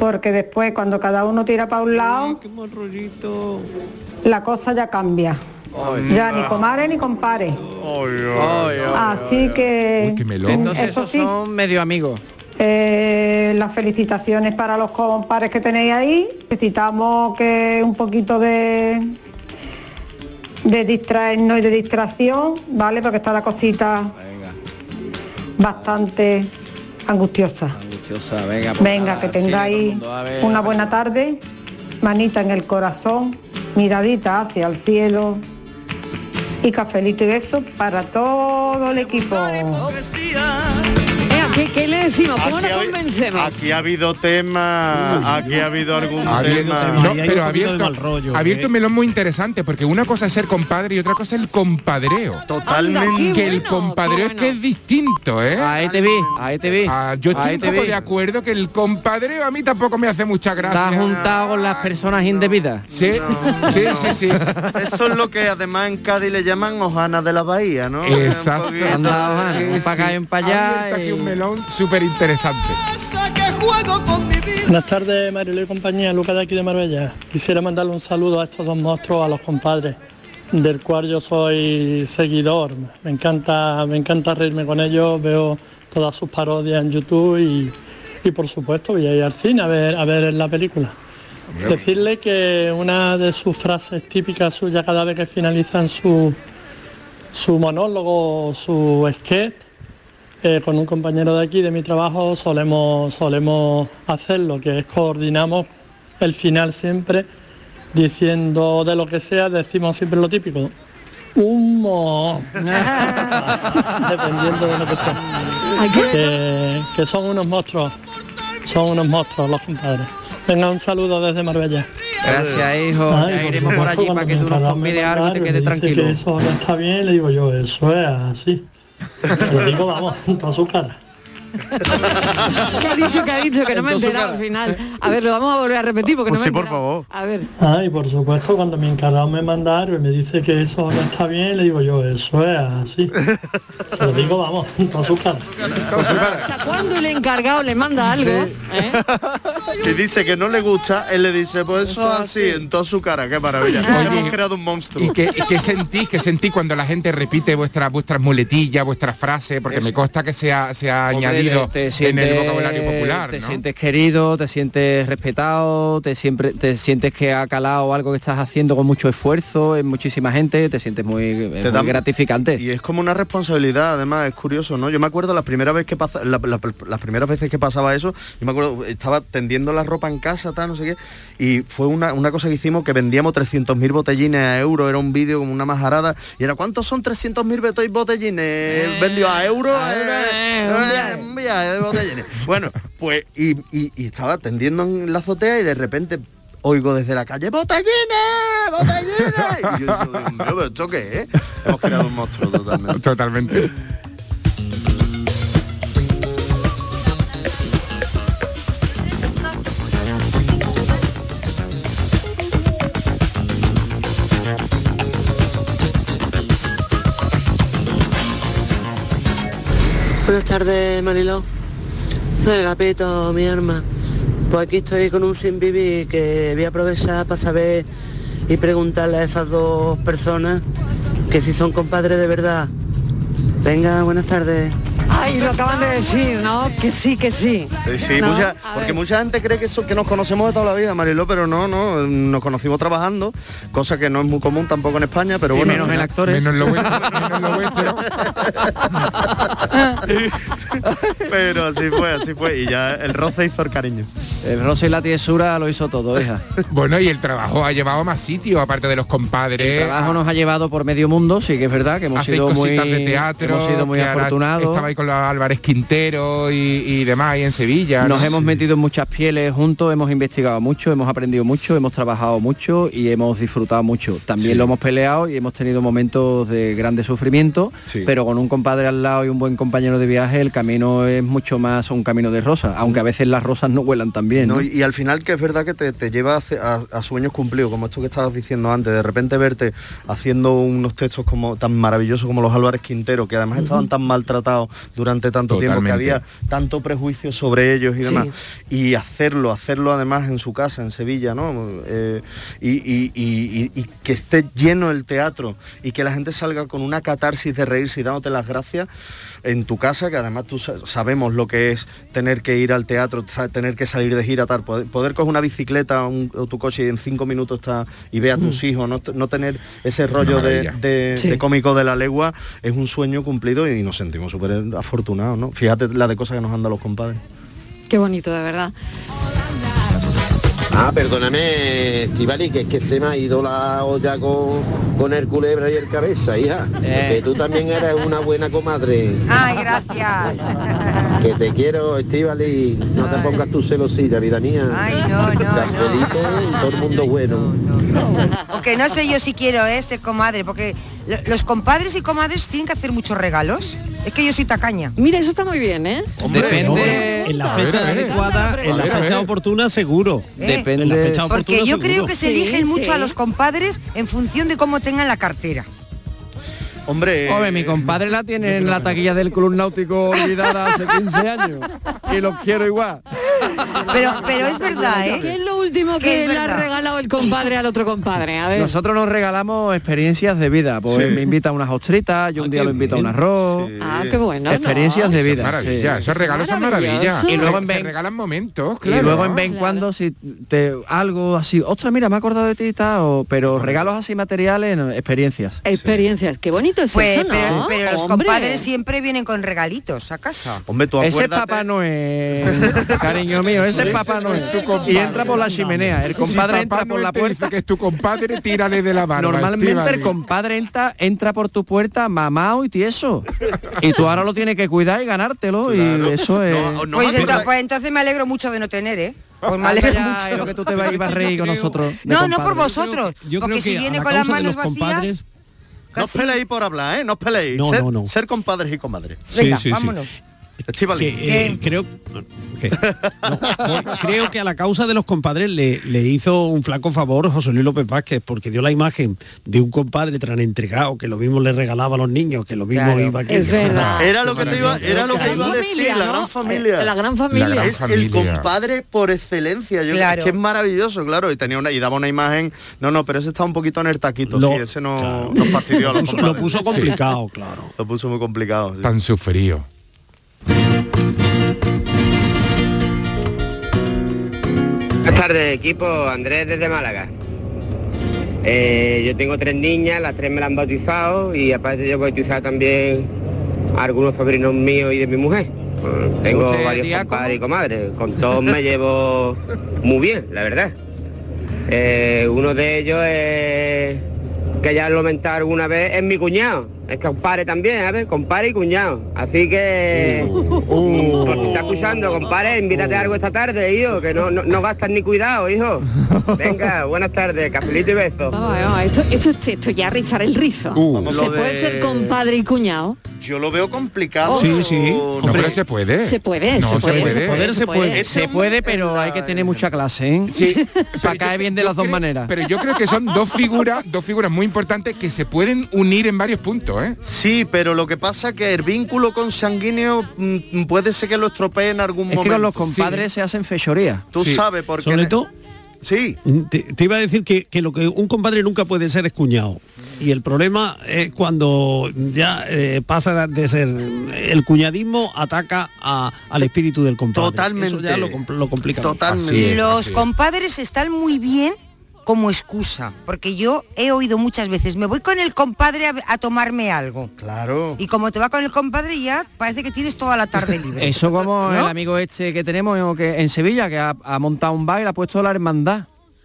Porque después cuando cada uno tira para un lado, la cosa ya cambia. Ya ni comare ni compare. Así que Entonces eso esos sí, son medio amigos. eh, las felicitaciones para los compares que tenéis ahí. Necesitamos que un poquito de de distraernos y de distracción, ¿vale? Porque está la cosita bastante angustiosa. Angustiosa, venga. pues Venga, nada, que sigue todo el tengáis mundo, a ver, una buena tarde, manita en el corazón, miradita hacia el cielo y cafelito y beso para todo el equipo. ¿Qué, qué le decimos? ¿Cómo Aquí nos hay- convencemos? Aquí ha habido tema, aquí ha habido algún tema. No, pero ha abierto, ha abierto un melón muy interesante, porque una cosa es ser compadre y otra cosa es el compadreo. Totalmente. Anda, qué que el bueno, Ah, compadreo es que es distinto, ¿eh? Ah, Ahí te vi, ahí te vi. yo estoy Ahí un te poco vi. de acuerdo que el compadreo a mí tampoco me hace mucha gracia. Estás juntado con las personas indebidas. Sí, sí, sí, sí. Eso es lo que además en Cádiz le llaman hojana de la bahía, ¿no? Exacto. Un poquito- Sí, sí. Ha abierto aquí un melón súper interesante. Buenas tardes, Mariló y compañía, Lucas de aquí de Marbella. Quisiera mandarle un saludo a estos dos monstruos, a los compadres, del cual yo soy seguidor. Me encanta, me encanta reírme con ellos, veo todas sus parodias en YouTube y, y, por supuesto voy a ir al cine a ver, a ver la película. Decirle que una de sus frases típicas suyas cada vez que finalizan su, su monólogo, su sketch, eh, con un compañero de aquí de mi trabajo solemos solemos hacerlo, que es coordinamos el final siempre diciendo de lo que sea, decimos siempre lo típico. Humo. Dependiendo de lo que sea. Que, que son unos monstruos. Son unos monstruos los compadres. Venga, un saludo desde Marbella. Gracias, hijo. Ay, Ya por iremos por allí supuesto, para cuando que tú me nos encargas convides algo y te mandarlo, quedes me dice tranquilo. que eso no está bien, le digo yo, eso es así. Se lo digo, vamos, en toda su cara. ¿Qué ha dicho, que ha dicho? Que no me he Entonces, enterado al final. A ver, lo vamos a volver a repetir Pues porque no me he enterado. favor. A ver. Ah, y por supuesto, cuando mi encargado me manda algo y me dice que eso no está bien, le digo yo, eso es así. Se lo digo, vamos, en toda su cara. O sea, cuando el encargado le manda algo, Si dice que no le gusta, él le dice, pues eso Eso así, en toda su cara, qué maravilla. Hemos creado un monstruo. ¿Y qué, y qué sentís? ¿Qué sentís cuando la gente repite vuestras vuestras muletillas, vuestras frases? Porque me consta que se ha, se ha Hombre, añadido te- te en el sientes- vocabulario popular. Te ¿no? sientes querido, te sientes respetado, te siempre te sientes que ha calado algo que estás haciendo con mucho esfuerzo, en muchísima gente, te sientes muy, es muy da- gratificante. Y es como una responsabilidad, además, es curioso, ¿no? Yo me acuerdo la primera vez que pasa, la- la- las primeras veces que pasaba eso, yo me acuerdo, estaba tendiendo la ropa en casa, tal, no sé qué, y fue una, una cosa que hicimos que vendíamos 300.000 botellines a euros, era un vídeo como una majarada, y era, ¿cuántos son 300.000 bote- botellines? Vendió a euros, Eh, a euros, eh, un viaje de botellines. Bueno, pues, y, y- y estaba tendiendo en la azotea y de repente oigo desde la calle, ¡botellines! ¡Botellines! Y yo digo, Dios mío, ¿pero esto qué es? Hemos creado un monstruo totalmente. Totalmente. Buenas tardes, Mariló. Soy Gapeto, mi arma. Pues aquí estoy con un sin vivir que voy a aprovechar para saber y preguntarle a esas dos personas que si son compadres de verdad. Venga, buenas tardes. ay, lo acaban de decir, ¿no? Que sí, que sí. Sí, Eh, sí, No, mucha- a porque mucha gente cree que, eso- que nos conocemos de toda la vida, Mariló, pero no, no, nos conocimos trabajando, cosa que no es muy común tampoco en España, pero bueno. menos en actores. Menos lo pero así fue, así fue, y ya el roce hizo el cariño. El roce y la tiesura lo hizo todo, hija. Bueno, y el trabajo ha llevado a más sitios, aparte de los compadres. El trabajo nos ha llevado por medio mundo, sí que es verdad que hemos Hacéis sido muy cositas de teatro, hemos sido muy que ahora afortunados. Estaba ahí con los Álvarez Quintero y, y demás ahí en Sevilla. Nos hemos metido en muchas pieles juntos, hemos investigado mucho, hemos aprendido mucho, hemos trabajado mucho y hemos disfrutado mucho. También Sí. lo hemos peleado y hemos tenido momentos de grande sufrimiento, Sí. pero con un compadre al lado y un buen compañero de viaje el camino es mucho más un camino de rosas, aunque a veces las rosas no huelan tan bien. ¿no? No, y, y al final que es verdad que te, te lleva a, ce- a- a sueños cumplidos, como esto que estabas diciendo antes, de repente verte haciendo unos textos como tan maravillosos como los Álvarez Quintero, que además estaban tan maltratados durante tanto tiempo que Totalmente. había tanto prejuicio sobre ellos y Sí. demás. Y hacerlo, hacerlo además en su casa, en Sevilla, ¿no? Eh, y, y- y- y- y que esté lleno el teatro y que la gente salga con una catarsis de reírse y dándote las gracias en tu casa, que además tú sa- sabemos lo que es tener que ir al teatro, sa- tener que salir de gira, tal, poder, poder coger una bicicleta o un- o tu coche y en cinco minutos está y ve a tus hijos, no, t- no tener ese rollo de, maravilla. de- Sí. de cómico de la legua, es un sueño cumplido y nos sentimos súper afortunados, ¿no? Fíjate la de cosas que nos han dado los compadres. Qué bonito, de verdad. Ah, perdóname, Estivali, que es que se me ha ido la olla con, con el culebra y el cabeza, hija. Eh. Que tú también eres una buena comadre. Ay, gracias. Que te quiero, Estivali. No te pongas tu celosilla, vida mía. Ay, no, no. todo el mundo bueno. Aunque no sé yo si quiero ¿eh? ser comadre, porque lo- los compadres y comadres tienen que hacer muchos regalos. Es que yo soy tacaña. Mira, eso está muy bien, ¿eh? No, en la fecha adecuada, en la A ver, a fecha ver. oportuna seguro. ¿eh? En la fecha oportuna Porque yo creo seguro. que se Sí, eligen mucho sí. a los compadres en función de cómo tengan la cartera. Hombre, Hombre, mi compadre la tiene en la taquilla del Club Náutico olvidada hace 15 años. Y los quiero igual. Pero, pero es verdad, ¿eh? ¿Qué es lo último ¿Qué que es le ha verdad? regalado el compadre al otro compadre? A ver. Nosotros nos regalamos experiencias de vida. Pues Sí. Ah, él me invita a unas ostritas, yo un día lo invito a un arroz. Ah, qué bueno, ¿no? Experiencias de Eso es vida. maravilla, sí. esos regalos son maravillas. Y luego en se vez- regalan momentos, Y claro. luego en vez en cuando si te algo así, ostras, mira, me he acordado de ti y tal, o- pero regalos así materiales, no, experiencias. Eh. Experiencias, qué bonito es Pues, eso, ¿no? pero, pero los Hombre. compadres siempre vienen con regalitos a casa. Hombre, tú Ese es acuérdate- Papá Noel, cariño mío, ese es Papá Noel. Y entra por la chimenea, el compadre Si entra Papá por Noel la te puerta. dice que es tu compadre, tírale de la barba. Normalmente el Estíbaliz. compadre entra, entra por tu puerta mamao y tieso. Y tú ahora lo tienes que cuidar y ganártelo. Y eso es. pues, ento- pues entonces me alegro mucho de no tener, ¿eh? Pues me Anda alegro ya, mucho. y lo que tú te vas- ibas a reír con nosotros, de No, no compadre. por vosotros. Yo porque creo si que a viene la con las causa de manos los vacías. compadres- No os peleéis por hablar, ¿eh? No os peleéis. No, ser, no, no. ser compadres y comadres. Sí, Venga, sí, sí. vámonos. Estíbaliz. Que, eh, creo, ¿qué? No, pues, creo que a la causa de los compadres le, le hizo un flaco favor José Luis López Vázquez porque dio la imagen de un compadre tan entregado que lo mismo le regalaba a los niños, que lo mismo Claro. iba aquí. Es verdad. Era lo que te iba- era lo que Claro. iba a decir, la gran familia. La gran familia. La gran es el familia. compadre por excelencia. Yo Claro. es que es maravilloso, claro. Y tenía una, y daba una imagen. No, no, pero ese está un poquito en el taquito. Lo- sí, ese no, nos fastidió a los compadres. puso Sí. complicado, claro. Lo puso muy complicado. sí. Tan sufrido. Buenas tardes, equipo. Andrés desde Málaga. Eh, yo tengo tres niñas, las tres me las han bautizado y aparte yo he bautizado también a algunos sobrinos míos y de mi mujer. Eh, Tengo ¿Usted es varios diácono? compadres y comadres. Con todos me llevo muy bien, la verdad. Eh, uno de ellos es que ya lo comenté alguna vez, es mi cuñado. Es compadre también, a ver, compadre y cuñado. Así que, por si está escuchando, compadre, invítate a algo esta tarde, hijo, que no, no, no gastas ni cuidado, hijo. Venga, buenas tardes, cafelito y besos. Vamos, vamos, esto, esto, esto- esto ya rizar el rizo. Uh. ¿Se Lo de- puede ser compadre y cuñado? Yo lo veo complicado. Sí, sí. No, pero se puede. Se puede, No, se puede, se puede, se puede. Se puede, pero hay que tener mucha clase, ¿eh? Para caer bien de las dos maneras. Pero yo creo que son dos figuras, dos figuras muy importantes que se pueden unir en varios puntos, ¿eh? Sí, pero lo que pasa es que el vínculo consanguíneo mm, puede ser que lo estropee en algún Es que momento. con los compadres se hacen fechoría. Tú sabes por qué. Sobre todo, Sí. Te, te iba a decir que, que lo que un compadre nunca puede ser es cuñado. Y el problema es cuando ya eh, pasa de ser el cuñadismo ataca a- al espíritu del compadre. Totalmente. Eso ya lo, compl- lo complica. mucho. Los compadres están muy bien como excusa, porque yo he oído muchas veces, me voy con el compadre a, a tomarme algo. Claro. Y como te va con el compadre ya parece que tienes toda la tarde libre. Eso como ¿No? el amigo este que tenemos eh, que en Sevilla, que ha, ha montado un bar y le ha puesto la hermandad.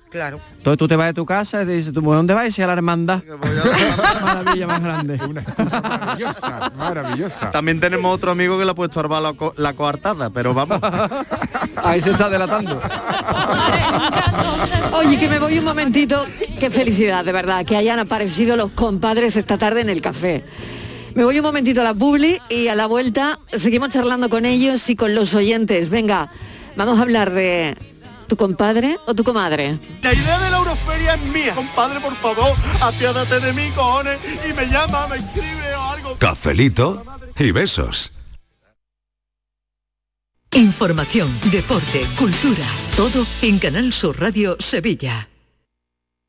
Claro. Entonces tú te vas de tu casa y te dices, ¿tu mujer dónde vas? Y dice, a la hermandad. maravilla más grande. Maravillosa. También tenemos otro amigo que le ha puesto arba la, co- la coartada, pero vamos. Ahí se está delatando. Oye, que me voy un momentito. Qué felicidad, de verdad, que hayan aparecido los compadres esta tarde en el café. Me voy un momentito a la publi y a la vuelta seguimos charlando con ellos y con los oyentes. Venga, vamos a hablar de tu compadre o tu comadre. La idea de la Euroferia es mía. Compadre, por favor, apiádate de mí, cojones, y me llama, me escribe o algo. Cafelito y besos. Información, deporte, cultura, todo en Canal Sur Radio Sevilla.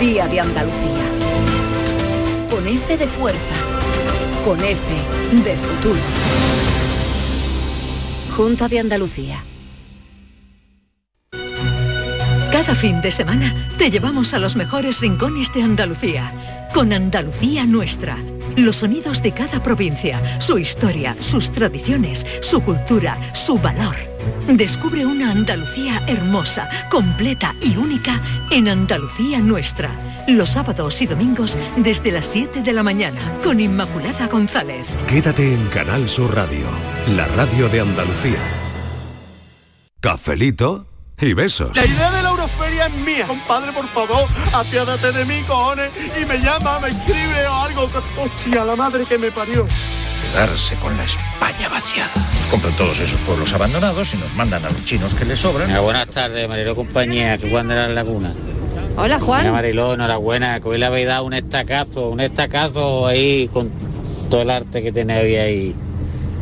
Día de Andalucía. Con F de fuerza, con F de futuro. Junta de Andalucía. Cada fin de semana te llevamos a los mejores rincones de Andalucía, con Andalucía Nuestra. Los sonidos de cada provincia, su historia, sus tradiciones, su cultura, su valor. Descubre una Andalucía hermosa, completa y única en Andalucía Nuestra. Los sábados y domingos desde las 7 de la mañana con Inmaculada González. Quédate en Canal Sur Radio, la radio de Andalucía. Cafelito y besos. La idea de la Euroferia es mía. Compadre, por favor, apiádate de mí, cojones, y me llama, me escribe o algo. Hostia, la madre que me parió. Quedarse con la España vaciada. Compran todos esos pueblos abandonados y nos mandan a los chinos que les sobran. buenas tardes, Mariló compañía, aquí Juan de la Laguna. Hola Mira, Juan. Mariló, enhorabuena, que hoy le habéis dado un estacazo, un estacazo ahí con todo el arte que tenéis ahí.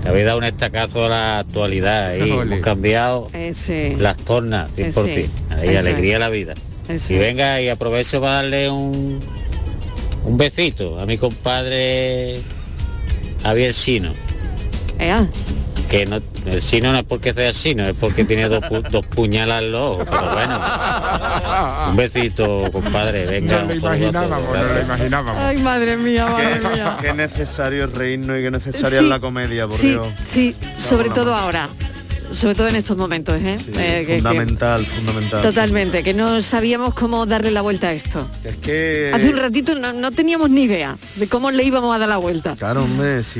Le habéis dado un estacazo a la actualidad ahí. Ole. Hemos cambiado Ese. las tornas, 100%. Ese. Ahí, Eso alegría es. a la vida. Eso y es. venga, y aprovecho para darle un, un besito a mi compadre Javier Sino. Ea. Que no, el sino no es porque sea sino, es porque tiene dos, pu- dos puñalas en los ojos, pero bueno. Ah. Un besito, compadre, venga. No lo un saludo a todos, imaginábamos, no lo gracias. imaginábamos. Ay, madre mía, madre ¿Qué? mía. Qué necesario es reírnos y qué necesaria Sí, es la comedia, por sí, Dios. sí, sobre la todo ahora. Sobre todo en estos momentos, ¿eh? Eh, que- que- fundamental, fundamental. totalmente, que no sabíamos cómo darle la vuelta a esto. Es que... Hace un ratito no, no teníamos ni idea de cómo le íbamos a dar la vuelta.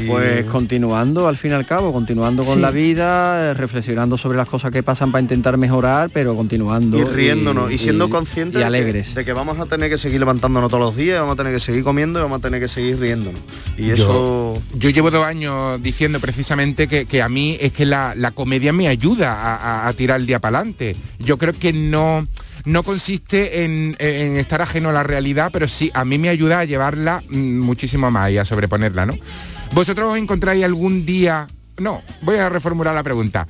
Pues continuando, al fin y al cabo, continuando con Sí. la vida, eh, reflexionando sobre las cosas que pasan para intentar mejorar, pero continuando. Y riéndonos y, siendo conscientes Y de que- alegres. De, que, vamos a tener que seguir levantándonos todos los días, vamos a tener que seguir comiendo y vamos a tener que seguir riéndonos. Y eso... Yo llevo dos años diciendo precisamente que, que a mí es que la, la comedia me ayuda a, a- a tirar el día para adelante. Yo creo que no, no consiste en, en estar ajeno a la realidad, pero sí, a mí me ayuda a llevarla mm, muchísimo más y a sobreponerla, ¿no? ¿Vosotros os encontráis algún día... No, voy a reformular la pregunta.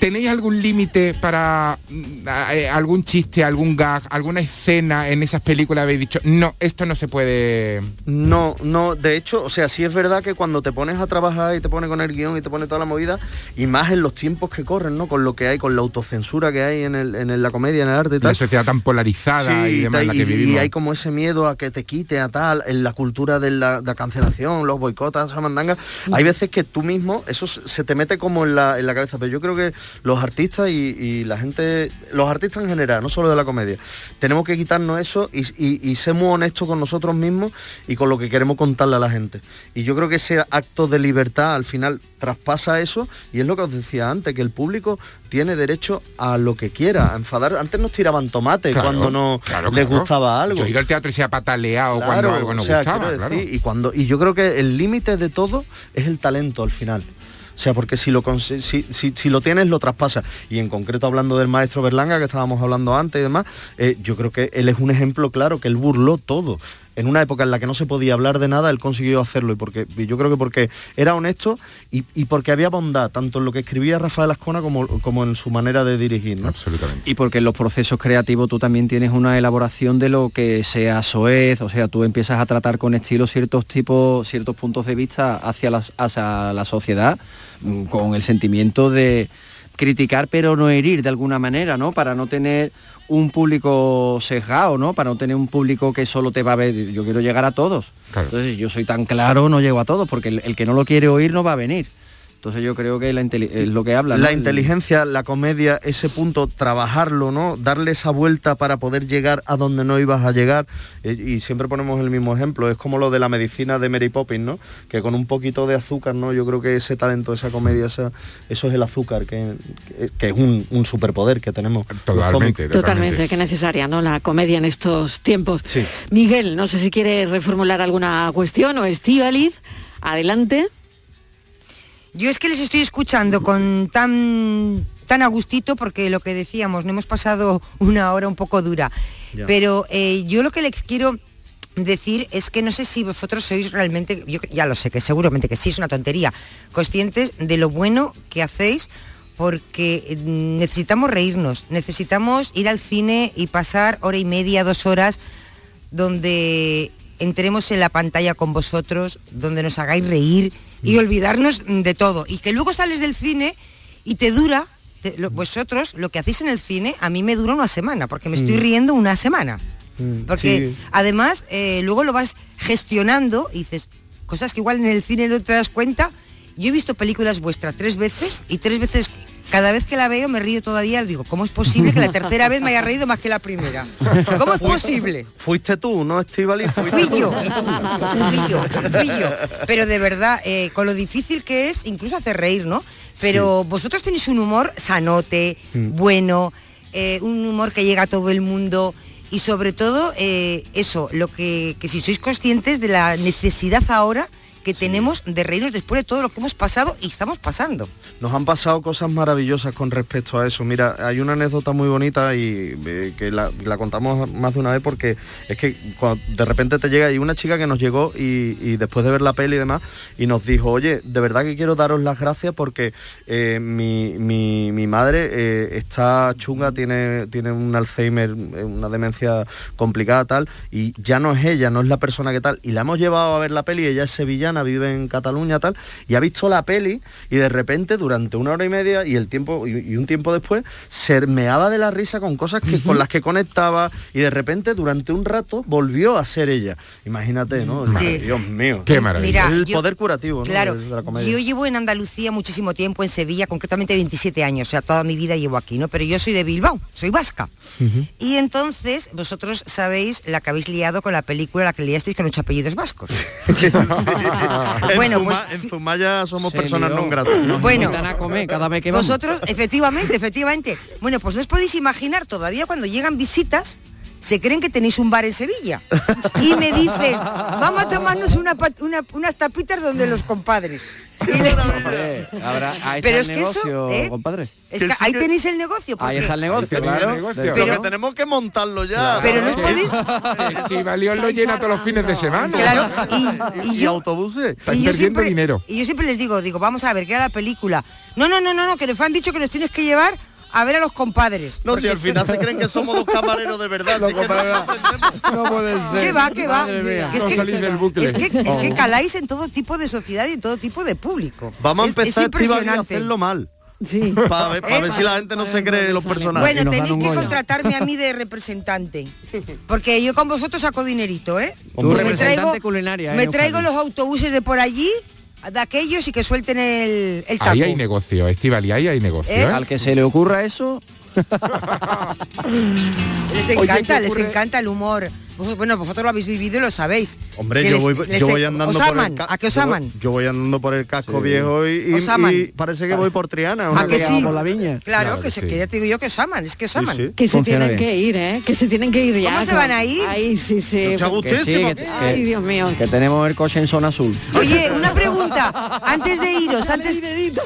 ¿Tenéis algún límite para mm, a- eh, algún chiste, algún gag, alguna escena en esas películas habéis dicho, no, esto no se puede... No, no, de hecho, o sea, sí es verdad que cuando te pones a trabajar y te pones con el guión y te pones toda la movida, y más en los tiempos que corren, ¿no? Con lo que hay, con la autocensura que hay en, el- en el- la comedia, en el arte y tal. La sociedad tan polarizada Sí, y demás en la y- que vivimos. y hay como ese miedo a que te quite a tal, en la cultura de la, de la cancelación, los boicotas, esa mandanga. Hay veces que tú mismo, eso se se te mete como en la, en la cabeza, pero yo creo que los artistas y, y la gente, los artistas en general, no solo de la comedia, tenemos que quitarnos eso y, y, y ser muy honestos con nosotros mismos y con lo que queremos contarle a la gente. Y yo creo que ese acto de libertad al final traspasa eso y es lo que os decía antes, que el público tiene derecho a lo que quiera, a enfadar. Antes nos tiraban tomate Claro, cuando no claro, les claro. gustaba algo. Yo he ido al teatro y se ha pataleado cuando Claro, algo nos o sea, gustaba, quiero claro. decir, y cuando y yo creo que el límite de todo es el talento al final. O sea, porque si lo, conse- si, si- si lo tienes, lo traspasas. Y en concreto, hablando del maestro Berlanga, que estábamos hablando antes y demás, eh, yo creo que él es un ejemplo claro, que él burló todo. En una época en la que no se podía hablar de nada, él consiguió hacerlo. Y porque y yo creo que porque era honesto y, y porque había bondad, tanto en lo que escribía Rafael Ascona como, como en su manera de dirigir. ¿no? Absolutamente. Y porque en los procesos creativos tú también tienes una elaboración de lo que sea soez, o sea, tú empiezas a tratar con estilo ciertos tipos, ciertos puntos de vista hacia la, hacia la sociedad mm, con el sentimiento de criticar pero no herir de alguna manera, ¿no? Para no tener un público sesgado, ¿no? Para no tener un público que solo te va a ver, yo quiero llegar a todos. Entonces, yo soy tan claro, no llego a todos, porque el, el que no lo quiere oír no va a venir. Entonces yo creo que la inteli- es lo que habla. ¿no? La El- inteligencia, la comedia, ese punto, trabajarlo, ¿no? Darle esa vuelta para poder llegar a donde no ibas a llegar. Eh, y siempre ponemos el mismo ejemplo, es como lo de la medicina de Mary Poppins, ¿no? Que con un poquito de azúcar, ¿no? Yo creo que ese talento, esa comedia, esa- eso es el azúcar, que, que- que es un, un superpoder que tenemos. los cómicos. Totalmente, que necesaria, ¿no? La comedia en estos tiempos. Sí. Miguel, no sé si quiere reformular alguna cuestión o Estíbaliz, adelante. Yo es que les estoy escuchando con tan tan a gustito porque lo que decíamos, no hemos pasado una hora un poco dura. Ya. Pero eh, yo lo que les quiero decir es que no sé si vosotros sois realmente, yo ya lo sé que seguramente que sí, es una tontería, conscientes de lo bueno que hacéis porque eh, necesitamos reírnos, necesitamos ir al cine y pasar hora y media, dos horas donde entremos en la pantalla con vosotros, donde nos hagáis reír y Mm. olvidarnos de todo. Y que luego sales del cine y te dura, te- lo- vosotros, lo que hacéis en el cine, a mí me dura una semana, porque me estoy Mm. riendo una semana. Porque Porque además eh, luego lo vas gestionando y dices cosas que igual en el cine no te das cuenta. Yo he visto películas vuestras tres veces y tres veces, cada vez que la veo me río todavía, digo, ¿cómo es posible que la tercera vez me haya reído más que la primera? ¿Cómo es posible? Fuiste tú, ¿no, Estivali? Fui yo, fui yo, fui yo. Pero de verdad, eh, con lo difícil que es, incluso hacer reír, ¿no? Pero vosotros tenéis un humor sanote, Mm. bueno, eh, un humor que llega a todo el mundo y sobre todo eh, eso, lo que, que si sois conscientes de la necesidad ahora que tenemos de reírnos después de todo lo que hemos pasado y estamos pasando. Nos han pasado cosas maravillosas con respecto a eso. Mira, hay una anécdota muy bonita y eh, que la, la contamos más de una vez porque es que cuando de repente te llega y una chica que nos llegó y, y después de ver la peli y demás y nos dijo, oye, de verdad que quiero daros las gracias porque eh, mi, mi- mi madre eh, está chunga, tiene, tiene un Alzheimer, eh, una demencia complicada tal y ya no es ella, no es la persona que tal y la hemos llevado a ver la peli, ella es sevillana, vive en Cataluña tal y ha visto la peli y de repente durante una hora y media y el tiempo y, y un tiempo después se meaba de la risa con cosas que, con las que conectaba y de repente durante un rato volvió a ser ella. Imagínate, ¿no? Sí. Dios mío. Qué maravilla. Mira, el yo- poder curativo, ¿no? Claro, de la comedia. yo llevo en Andalucía muchísimo tiempo, en Sevilla, concretamente 27 años, o sea, toda mi vida llevo aquí, ¿no? Pero yo soy de Bilbao, soy vasca. Y entonces, vosotros sabéis la que habéis liado con la película, la que liasteis con ocho apellidos vascos. Bueno, en, pues Zuma- en Zumaya somos Se personas lió. no gratas. ¿no? Bueno, que vamos. vosotros, efectivamente, efectivamente. Bueno, pues no os podéis imaginar, todavía cuando llegan visitas, se creen que tenéis un bar en Sevilla. Y me dicen, vamos a tomarnos una pa- una- unas tapitas donde los compadres. Hombre, habrá- ahí Pero está es el que eso, negocio, ¿eh? compadre. Es que ahí tenéis el negocio. Ahí porque- está el negocio, claro. Pero que tenemos que montarlo ya. Pero no os podéis- Y Valión lo llena todos los fines de semana. Claro, y, autobuses. Estáis perdiendo dinero. Y yo siempre les digo, digo, vamos a ver, ¿qué era la película? No, no, no, no, no, que les han dicho que los tienes que llevar a ver a los compadres. No, si Porque al final se- se creen que somos dos camareros de verdad. así que no puede ser. ¿Qué va, qué va? Madre mía. Que es, No que, salís del bucle. Oh. es que- es que Vamos. caláis en todo tipo de sociedad y en todo tipo de público. Vamos a Es- es empezar Estíbaliz, a impresionante. hacerlo mal. Sí. Para ver, pa' ver si la gente no se cree los personajes. Bueno, tenéis que contratarme a mí de representante. Porque yo con vosotros saco dinerito, ¿eh? Tú Me representante traigo- culinaria, ¿eh, Me Eugenio? traigo los autobuses de por allí, de aquellos y que suelten el, el taco. Ahí hay negocio, Estivali, ahí hay negocio. ¿Eh? Al que se le ocurra eso, Les Oye, encanta, ¿qué les ocurre? encanta el humor. Vos- Bueno, vosotros lo habéis vivido y lo sabéis. Hombre, Que yo les- voy, les- e- yo voy andando os por aman, el ca- ¿A qué os yo voy- aman? Yo voy andando por el casco Sí. viejo y, y- Os aman. y parece que voy por Triana. una ¿A que cosa sí? por la- Claro, Claro que, que se, sí. que ya te digo yo que os aman, es que os Sí, aman. sí. Que se Funciona tienen bien. que ir, ¿eh? Que se tienen que ir ya. ¿Cómo se van a ir? Ahí sí, sí. Está gustísimo. que- Ay, Dios mío. que tenemos el coche en zona azul. Oye, una pregunta. Antes de iros, antes,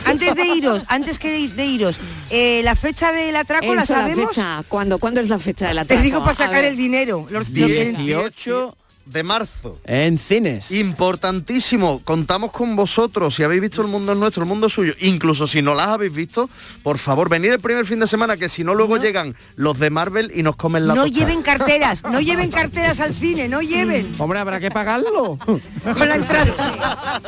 antes de iros, antes que de iros, eh, la fecha del atraco la Esa, la sabemos. fecha. ¿Cuándo, ¿Cuándo es la fecha de la Te digo para sacar el dinero. Los, lo que- 18 de marzo. En cines. Importantísimo, contamos con vosotros, si habéis visto El Mundo es Nuestro, El Mundo es Suyo, incluso si no las habéis visto, por favor, venid el primer fin de semana, que si no luego llegan los de Marvel y nos comen la No tostada. lleven carteras, no lleven carteras al cine, no lleven. Hombre, habrá que pagarlo. Con la entrada.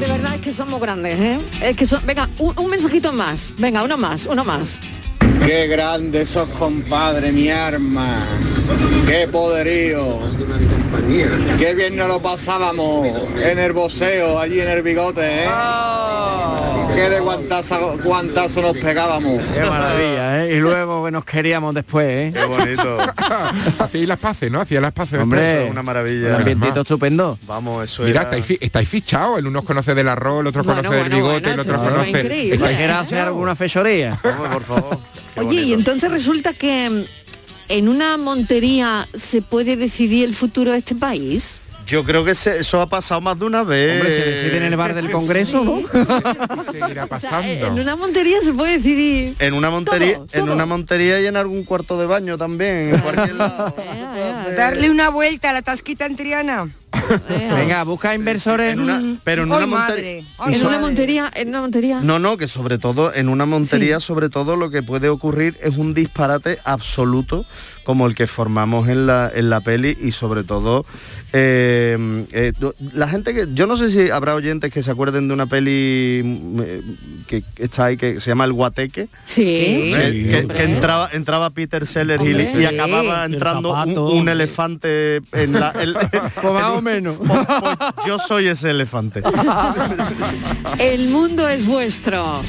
De verdad es que somos grandes, ¿eh? Es que son... Venga, un, un mensajito más. Venga, uno más, uno más. Qué grande sos compadre, mi arma. Qué poderío. Qué bien nos lo pasábamos en el boceo, allí en el bigote, ¿eh? Qué de guantazo, guantazo nos pegábamos. Qué maravilla, ¿eh? Y luego que nos queríamos después, ¿eh? Qué bonito. Hacéis las paces, ¿no? Hacía las paces. Hombre, una maravilla. Un ambientito estupendo. Vamos, eso era- Mira, estáis, fi- estáis fichados. El uno conoce del arroz, el otro Bueno, conoce del bueno, bigote, bueno, el otro esto es conoce... increíble. Estáis- Cualquiera hace alguna fechoría. por favor. Oye, y entonces resulta que mm, en una montería se puede decidir el futuro de este país. Yo creo que se- eso ha pasado más de una vez. Hombre, se decide en el bar del Congreso, ¿no? seguirá En pasando. una montería se puede decidir. En una montería, Todo, en todo. una montería y en algún cuarto de baño también. en cualquier lado. Darle una vuelta a la tasquita en Triana. Venga, busca inversores. pero en Ay, madre. una montería. Ay, en una montería, en una montería. No, no, que sobre todo en una montería, sobre todo lo que puede ocurrir es un disparate absoluto como el que formamos en la, en la peli y sobre todo eh, eh, do- la gente que yo no sé si habrá oyentes que se acuerden de una peli mm, eh, que que está ahí que se llama El Guateque Sí. ¿eh? Sí, que, hombre. que entraba entraba Peter Sellers y, Hombre. y Sí. acababa El entrando un- zapato, un, hombre. elefante en la el- en más o un- menos. pues- pues yo soy ese elefante El mundo es vuestro.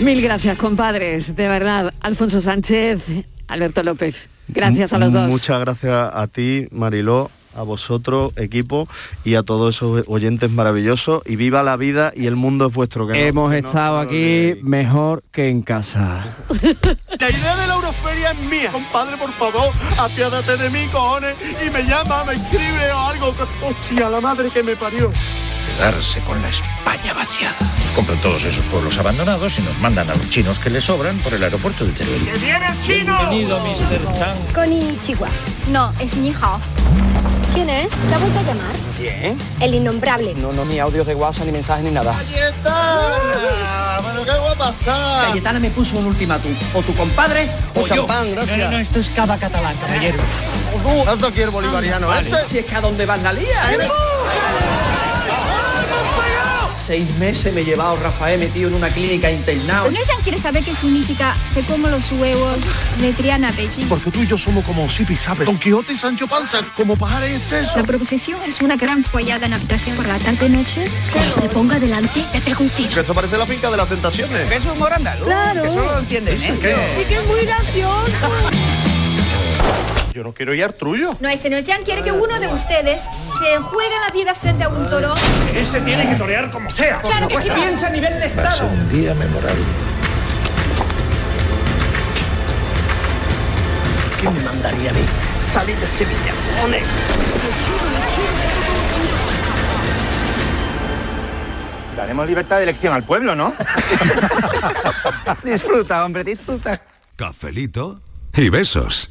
Mil gracias, compadres. De verdad, Alfonso Sánchez, Alberto López. Gracias a los dos. Muchas gracias a ti, Mariló, a vosotros, equipo, y a todos esos oyentes maravillosos. Y viva la vida y el mundo es vuestro. que no- Hemos que no- estado aquí mejor que en casa. La idea de la Euroferia es mía. Compadre, por favor, apiádate de mí, cojones, y me llama, me escribe o algo. Hostia, la madre que me parió. Quedarse con la España vaciada. Compran todos esos Pueblos abandonados y nos mandan a los chinos que les sobran por el aeropuerto de Teruel. ¡Que viene el chino! Bienvenido, Mr. Chan. Con Chihuahua. No, es Ni Hao. ¿Quién es? ¿Te ha vuelto a llamar? Bien. El innombrable. No, no, ni audios de WhatsApp, ni mensajes, ni nada. ¡Cayetana! ¡Pero qué guapa está! Cayetana me puso un ultimátum. O tu compadre O champán, gracias. No, no, no, esto es cava catalán, caballero. Tanto aquí el bolivariano, Vale, ¿este? Si es que a dónde vas la lía. ¿eh? Seis meses me he llevado Rafael metido en una clínica internado. Nelson quiere saber qué significa que como los huevos de Triana Beijing. Porque tú y yo somos como Sipi Sabe, Don Quijote y Sancho Panza, como pajares excesos. La proposición es una gran follada en habitación por la tarde-noche. Cuando se ponga delante, te pega un tiro. Que esto parece la finca de las tentaciones. Que es humor andaluz, Claro. que solo lo entienden ¿Eso ellos. qué? es muy gracioso. Yo no quiero ir al trullo. No, ese Nochan quiere que uno de ustedes se juegue la vida frente a un toro. Este tiene que torear como sea. Claro que sí. Piensa a nivel de Va Pues a ser Estado. un día memorable. ¿Qué me mandaría a mí? Salir de Sevilla, pone. Daremos libertad de elección al pueblo, ¿no? Disfruta, hombre, disfruta. Cafelito y besos.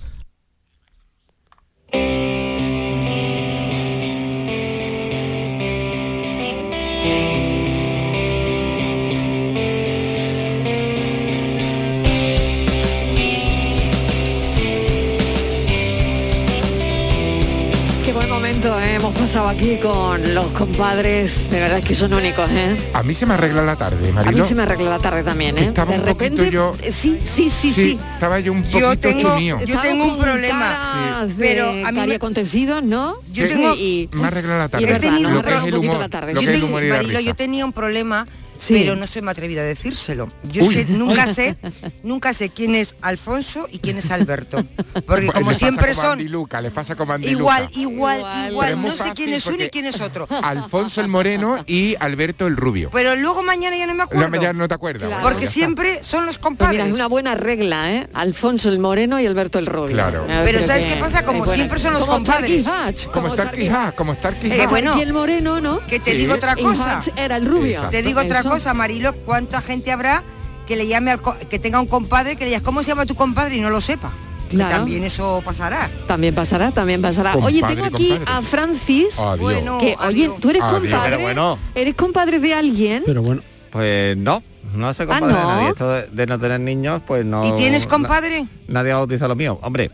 Qué buen momento eh, hemos pasado aquí con los compadres, de verdad es que son únicos, ¿eh? A mí se me arregla la tarde, A Marilo. mí se me arregla la tarde también, ¿eh? Estaba de un poquito repente, yo- eh, sí, sí, sí, sí. Estaba yo un poquito chunío. yo tengo un problema, pero pero a a mí mí me- acontecido, ¿no? Yo tengo- y, me arregla la tarde. he tenido lo un que es problema- el un poquito humor, la tarde. lo Yo que es el tengo- humor y la Marilo, risa. yo tenía un problema, Sí. pero no se me atrevía a decírselo. Yo Uy. sé- nunca sé, nunca sé quién es Alfonso y quién es Alberto, porque Pues como les pasa siempre como a son Andy Luca, les pasa como a Andy igual, Luca. igual, Pero es igual, muy no sé quién fácil es uno y porque quién es otro. Alfonso el Moreno y Alberto el Rubio. Pero luego mañana ya no me La Pues, acuerdo. mañana no te acuerdas. bueno, Porque ya está. siempre son los Pues compadres. mira, es una buena regla, ¿eh? Alfonso el Moreno y Alberto el Rubio. Yo Claro. Pero creo ¿sabes que qué pasa? Como es buena. siempre son los Como compadres. Tarky Hatch, Como estar quijá, como estar Eh, quijá. bueno, y el moreno, ¿no? Que te Sí. digo otra Y cosa. Hatch era el rubio. Exacto. Te digo otra Eso. cosa, Marilo, ¿cuánta gente habrá que le llame al co- que tenga un compadre que le digas cómo se llama tu compadre y no lo sepa? Que Claro. también eso pasará. También pasará, también pasará. Oye, Compadre, tengo aquí compadre. a Francis, Adiós. Bueno, que oye, tú eres Adiós. compadre, Ah, Pero bueno. eres compadre de alguien. Pero bueno. Pues no, no se compadre de Ah, no? nadie. Esto de, de no tener niños, pues no. ¿Y tienes na- compadre? nadie ha bautizado lo mío. Hombre,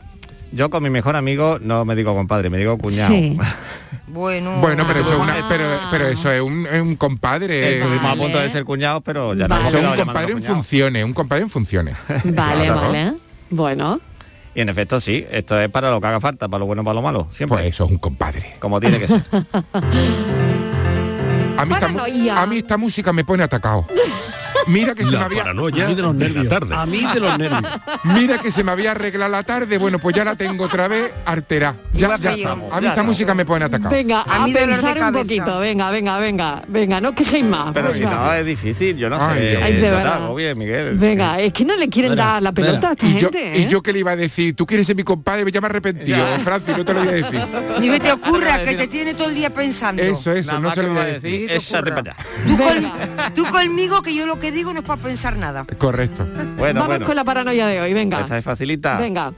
yo con mi mejor amigo no me digo compadre, me digo cuñado. Ah. Bueno. Bueno, pero eso, es una- pero, pero eso es un, es un compadre. Estuvimos a punto de ser cuñados, pero ya Eso nos hemos es quedado un compadre llamándonos en cuñados. funciones, un compadre en funciones. Vale, Claro. vale. Bueno, Y en efecto sí, esto es para lo que haga falta, para lo bueno, para lo malo, siempre. Pues eso es un compadre. Como tiene que ser. A mí, esta, mu- a mí esta música me pone atacado. Mira que se La me había... paranoia A mí de los de la nervios, tarde. a mí de los nervios. Mira que se me había arreglado la tarde. Bueno, pues ya la tengo otra vez arterá. Ya, Igual ya que yo. estamos. A Ya mí esta estamos. música me pone atacado. venga, a, A mí dolor de pensar un cabeza. poquito, venga, venga, venga, venga, no quejéis más. Pero si venga. no, Ah, es difícil, yo no Ay, sé. Dios. Ay, de tratar, verdad. obvio, Miguel. Venga, es que no le quieren dar la pelota a esta y yo, gente. eh? y yo que le iba a decir, tú quieres ser mi compadre, pues ya me he arrepentido, Francis, no te lo voy a decir. Ni se te ocurra que te tiene todo el día pensando. Eso, eso, no se lo voy a decir. Tú, con- tú conmigo que yo lo que digo no es para pensar nada. Correcto. Bueno, Vamos bueno. Ah. con la paranoia de hoy, venga. Esta es facilita. Venga.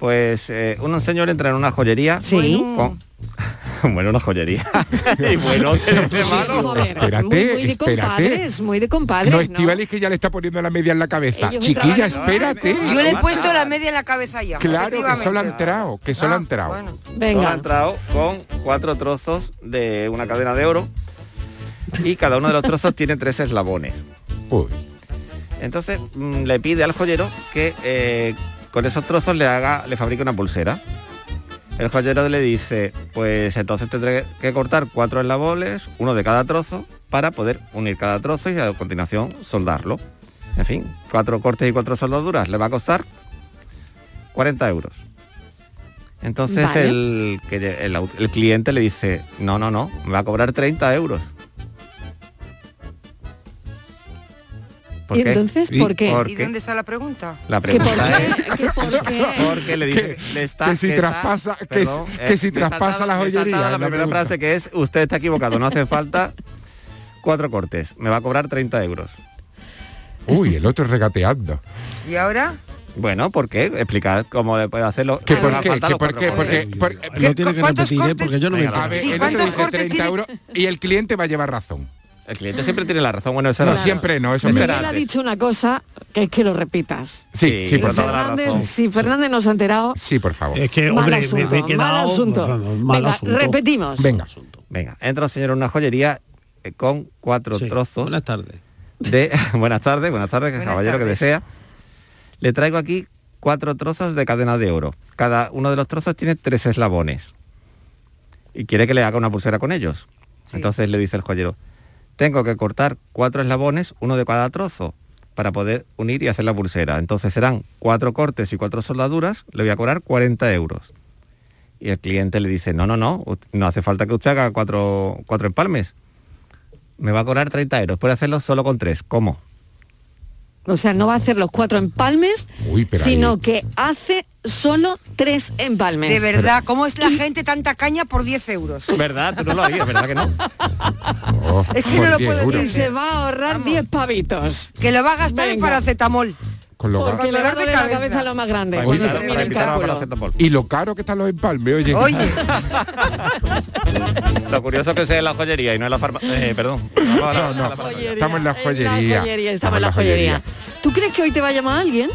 Pues eh, un señor entra en una joyería. Sí. con- bueno, una joyería. y bueno, Sí, vamos a ver, Espérate, muy, muy de espérate. compadres, muy de compadres. no, ¿no? Estivalis que ya le está poniendo la media en la cabeza. Ellos Ah, Chiquilla, entraban en- espérate. Yo le he puesto la media en la cabeza ya. Claro que solo han efectivamente. entrado, que solo han Ah, entrado. Venga. Ha entrado con cuatro trozos de una cadena de oro y cada uno de los trozos tiene tres eslabones. Entonces mm, le pide al joyero que eh, con esos trozos le haga, le fabrique una pulsera. El joyero le dice, pues entonces tendré que cortar cuatro eslabones, uno de cada trozo, para poder unir cada trozo y a continuación soldarlo. En fin, cuatro cortes y cuatro soldaduras le va a costar 40 euros. Entonces Vale. el, que lle- el au- el cliente le dice, no, no, no, me va a cobrar 30 euros. ¿Por ¿Y qué? entonces por qué? ¿Por ¿Y qué? dónde está la pregunta? La pregunta es ¿Qué por qué? porque le dice que, le está, eh, que si traspasa- que si- que si me he traspasa saltado- la me he saltado joyería, es la La primera pregunta. frase que es usted está equivocado, no hace falta cuatro cortes, me va a cobrar 30 euros. Uy, el otro regateando. ¿Y ahora? Bueno, ¿por qué? Explicar cómo le puede hacerlo. ¿Qué Me por van a qué? faltar ¿Qué los por qué? cuatro cortes. Porque, porque, No tiene que ¿Cuántos repetir, ¿eh? cortes? Porque yo no me A entero. ver, Sí, el ¿cuántos otro dice cortes 30 tiene? euros y el cliente va a llevar razón. El cliente siempre tiene la razón, bueno, eso No, era- siempre no, eso Eso me era Él ha antes. dicho una cosa que es que lo repitas. Sí, sí, Sí, por toda la favor. Fernández, si Fernández nos ha enterado, Sí, por favor. Es que, mal asunto, mal asunto. Venga, repetimos. Venga. Venga, entra el señor en una joyería eh, con cuatro trozos. Buenas tardes. De, buenas tardes, buenas tardes, Buenas caballero que tardes. desea. Le traigo aquí cuatro trozos de cadena de oro. Cada uno de los trozos tiene tres eslabones. Y quiere que le haga una pulsera con ellos. Entonces le dice el joyero, tengo que cortar cuatro eslabones, uno de cada trozo, para poder unir y hacer la pulsera. Entonces serán cuatro cortes y cuatro soldaduras, le voy a cobrar 40 euros. Y el cliente le dice, no, no, no, ut- no hace falta que usted haga cuatro, cuatro empalmes. Me va a cobrar 30 euros, puede hacerlo solo con tres. ¿Cómo? O sea, no va a hacer los cuatro empalmes, Uy, pero sino ahí- que hace solo tres empalmes. De verdad, Pero- ¿cómo es la gente tanta caña por 10 euros? ¿Verdad? Tú no lo oías, ¿verdad que no? Oh, Es que no lo puedo Y se va a ahorrar 10 pavitos. Que lo va a gastar en Venga. paracetamol. Con lo Porque le va a doler la cabeza lo más grande. Oye, cuando claro, termine para el quitar la cálculo. paracetamol. Y lo caro que están los empalmes, oye. Lo curioso es que sea en la joyería y no en la farmacia. perdón. No, no, no. Estamos en la joyería. Joyería, estamos en la joyería. ¿Tú crees que hoy te va a llamar alguien?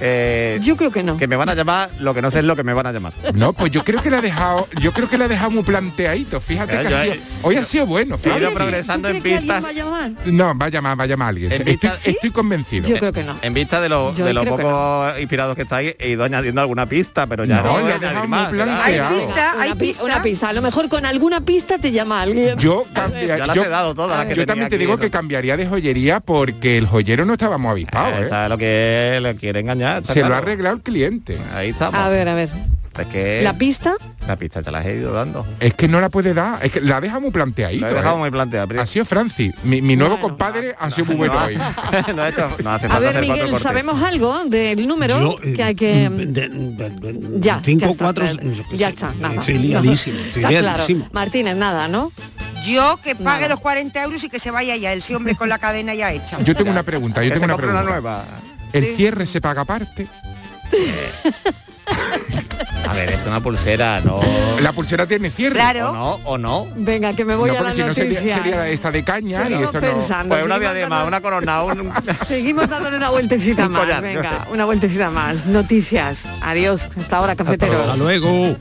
Eh, Yo creo que no. Que me van a llamar, lo que no sé es lo que me van a llamar. No, pues yo creo que la ha dejado, yo creo que la ha dejado muy planteadito. Fíjate Ya, que yo, ha sido, eh, hoy ha sido bueno. yo fíjate. progresando en pistas. No, va a llamar, va a llamar a alguien. Estoy, estoy convencido. En vista de los Yo de lo creo poco que inspirados que estáis, he ido añadiendo alguna pista, pero ya No, no, le voy a has dejado añadir muy más, ya. planteado. una, pi- una pista. A lo mejor con alguna pista te llama alguien. Yo cambiaría. Ya las Eh, yo, he dado todas las que yo tenía también te aquí, digo ¿no? que cambiaría de joyería porque el joyero no estábamos avispados. Eh, ¿eh? está lo que le quiere engañar. está Se lo ha claro. arreglado el cliente. Ah. Ahí estamos. A ver, a ver. Es que La pista. la pista te la he ido dando. Es que no la puede dar, es que la deja muy planteadita. La he dejado muy planteada. ¿eh? Ha sido Francis, mi, mi nuevo compadre ha sido muy bueno no, hoy. no, ha hecho- no hace A ver, falta hacer cuatro Miguel, cortes. ¿sabemos algo del número Yo, eh, que hay que...? Ya, Cinco, ya está, cuatro, espérate. yo qué ya sé, está, nada. estoy liadísimo, estoy Está claro. liadísimo. Martínez, nada, ¿no? Yo que pague los 40 euros y que se vaya ya, el sí, hombre con la cadena ya hecha. Yo tengo una pregunta, yo Que tengo se una compre una pregunta. ¿El cierre se paga aparte? A ver, es una pulsera, no. La pulsera tiene cierre. O no, o no. Venga, que me voy No, a la porque si no sería, noticia. sería esta de caña y Seguimos esto no. pensando. Pues una seguimos diadema, una corona, un... dando- Seguimos dándole una vueltecita Un más, collar. venga, una vueltecita más. Noticias. Adiós, hasta ahora, cafeteros. Hasta luego.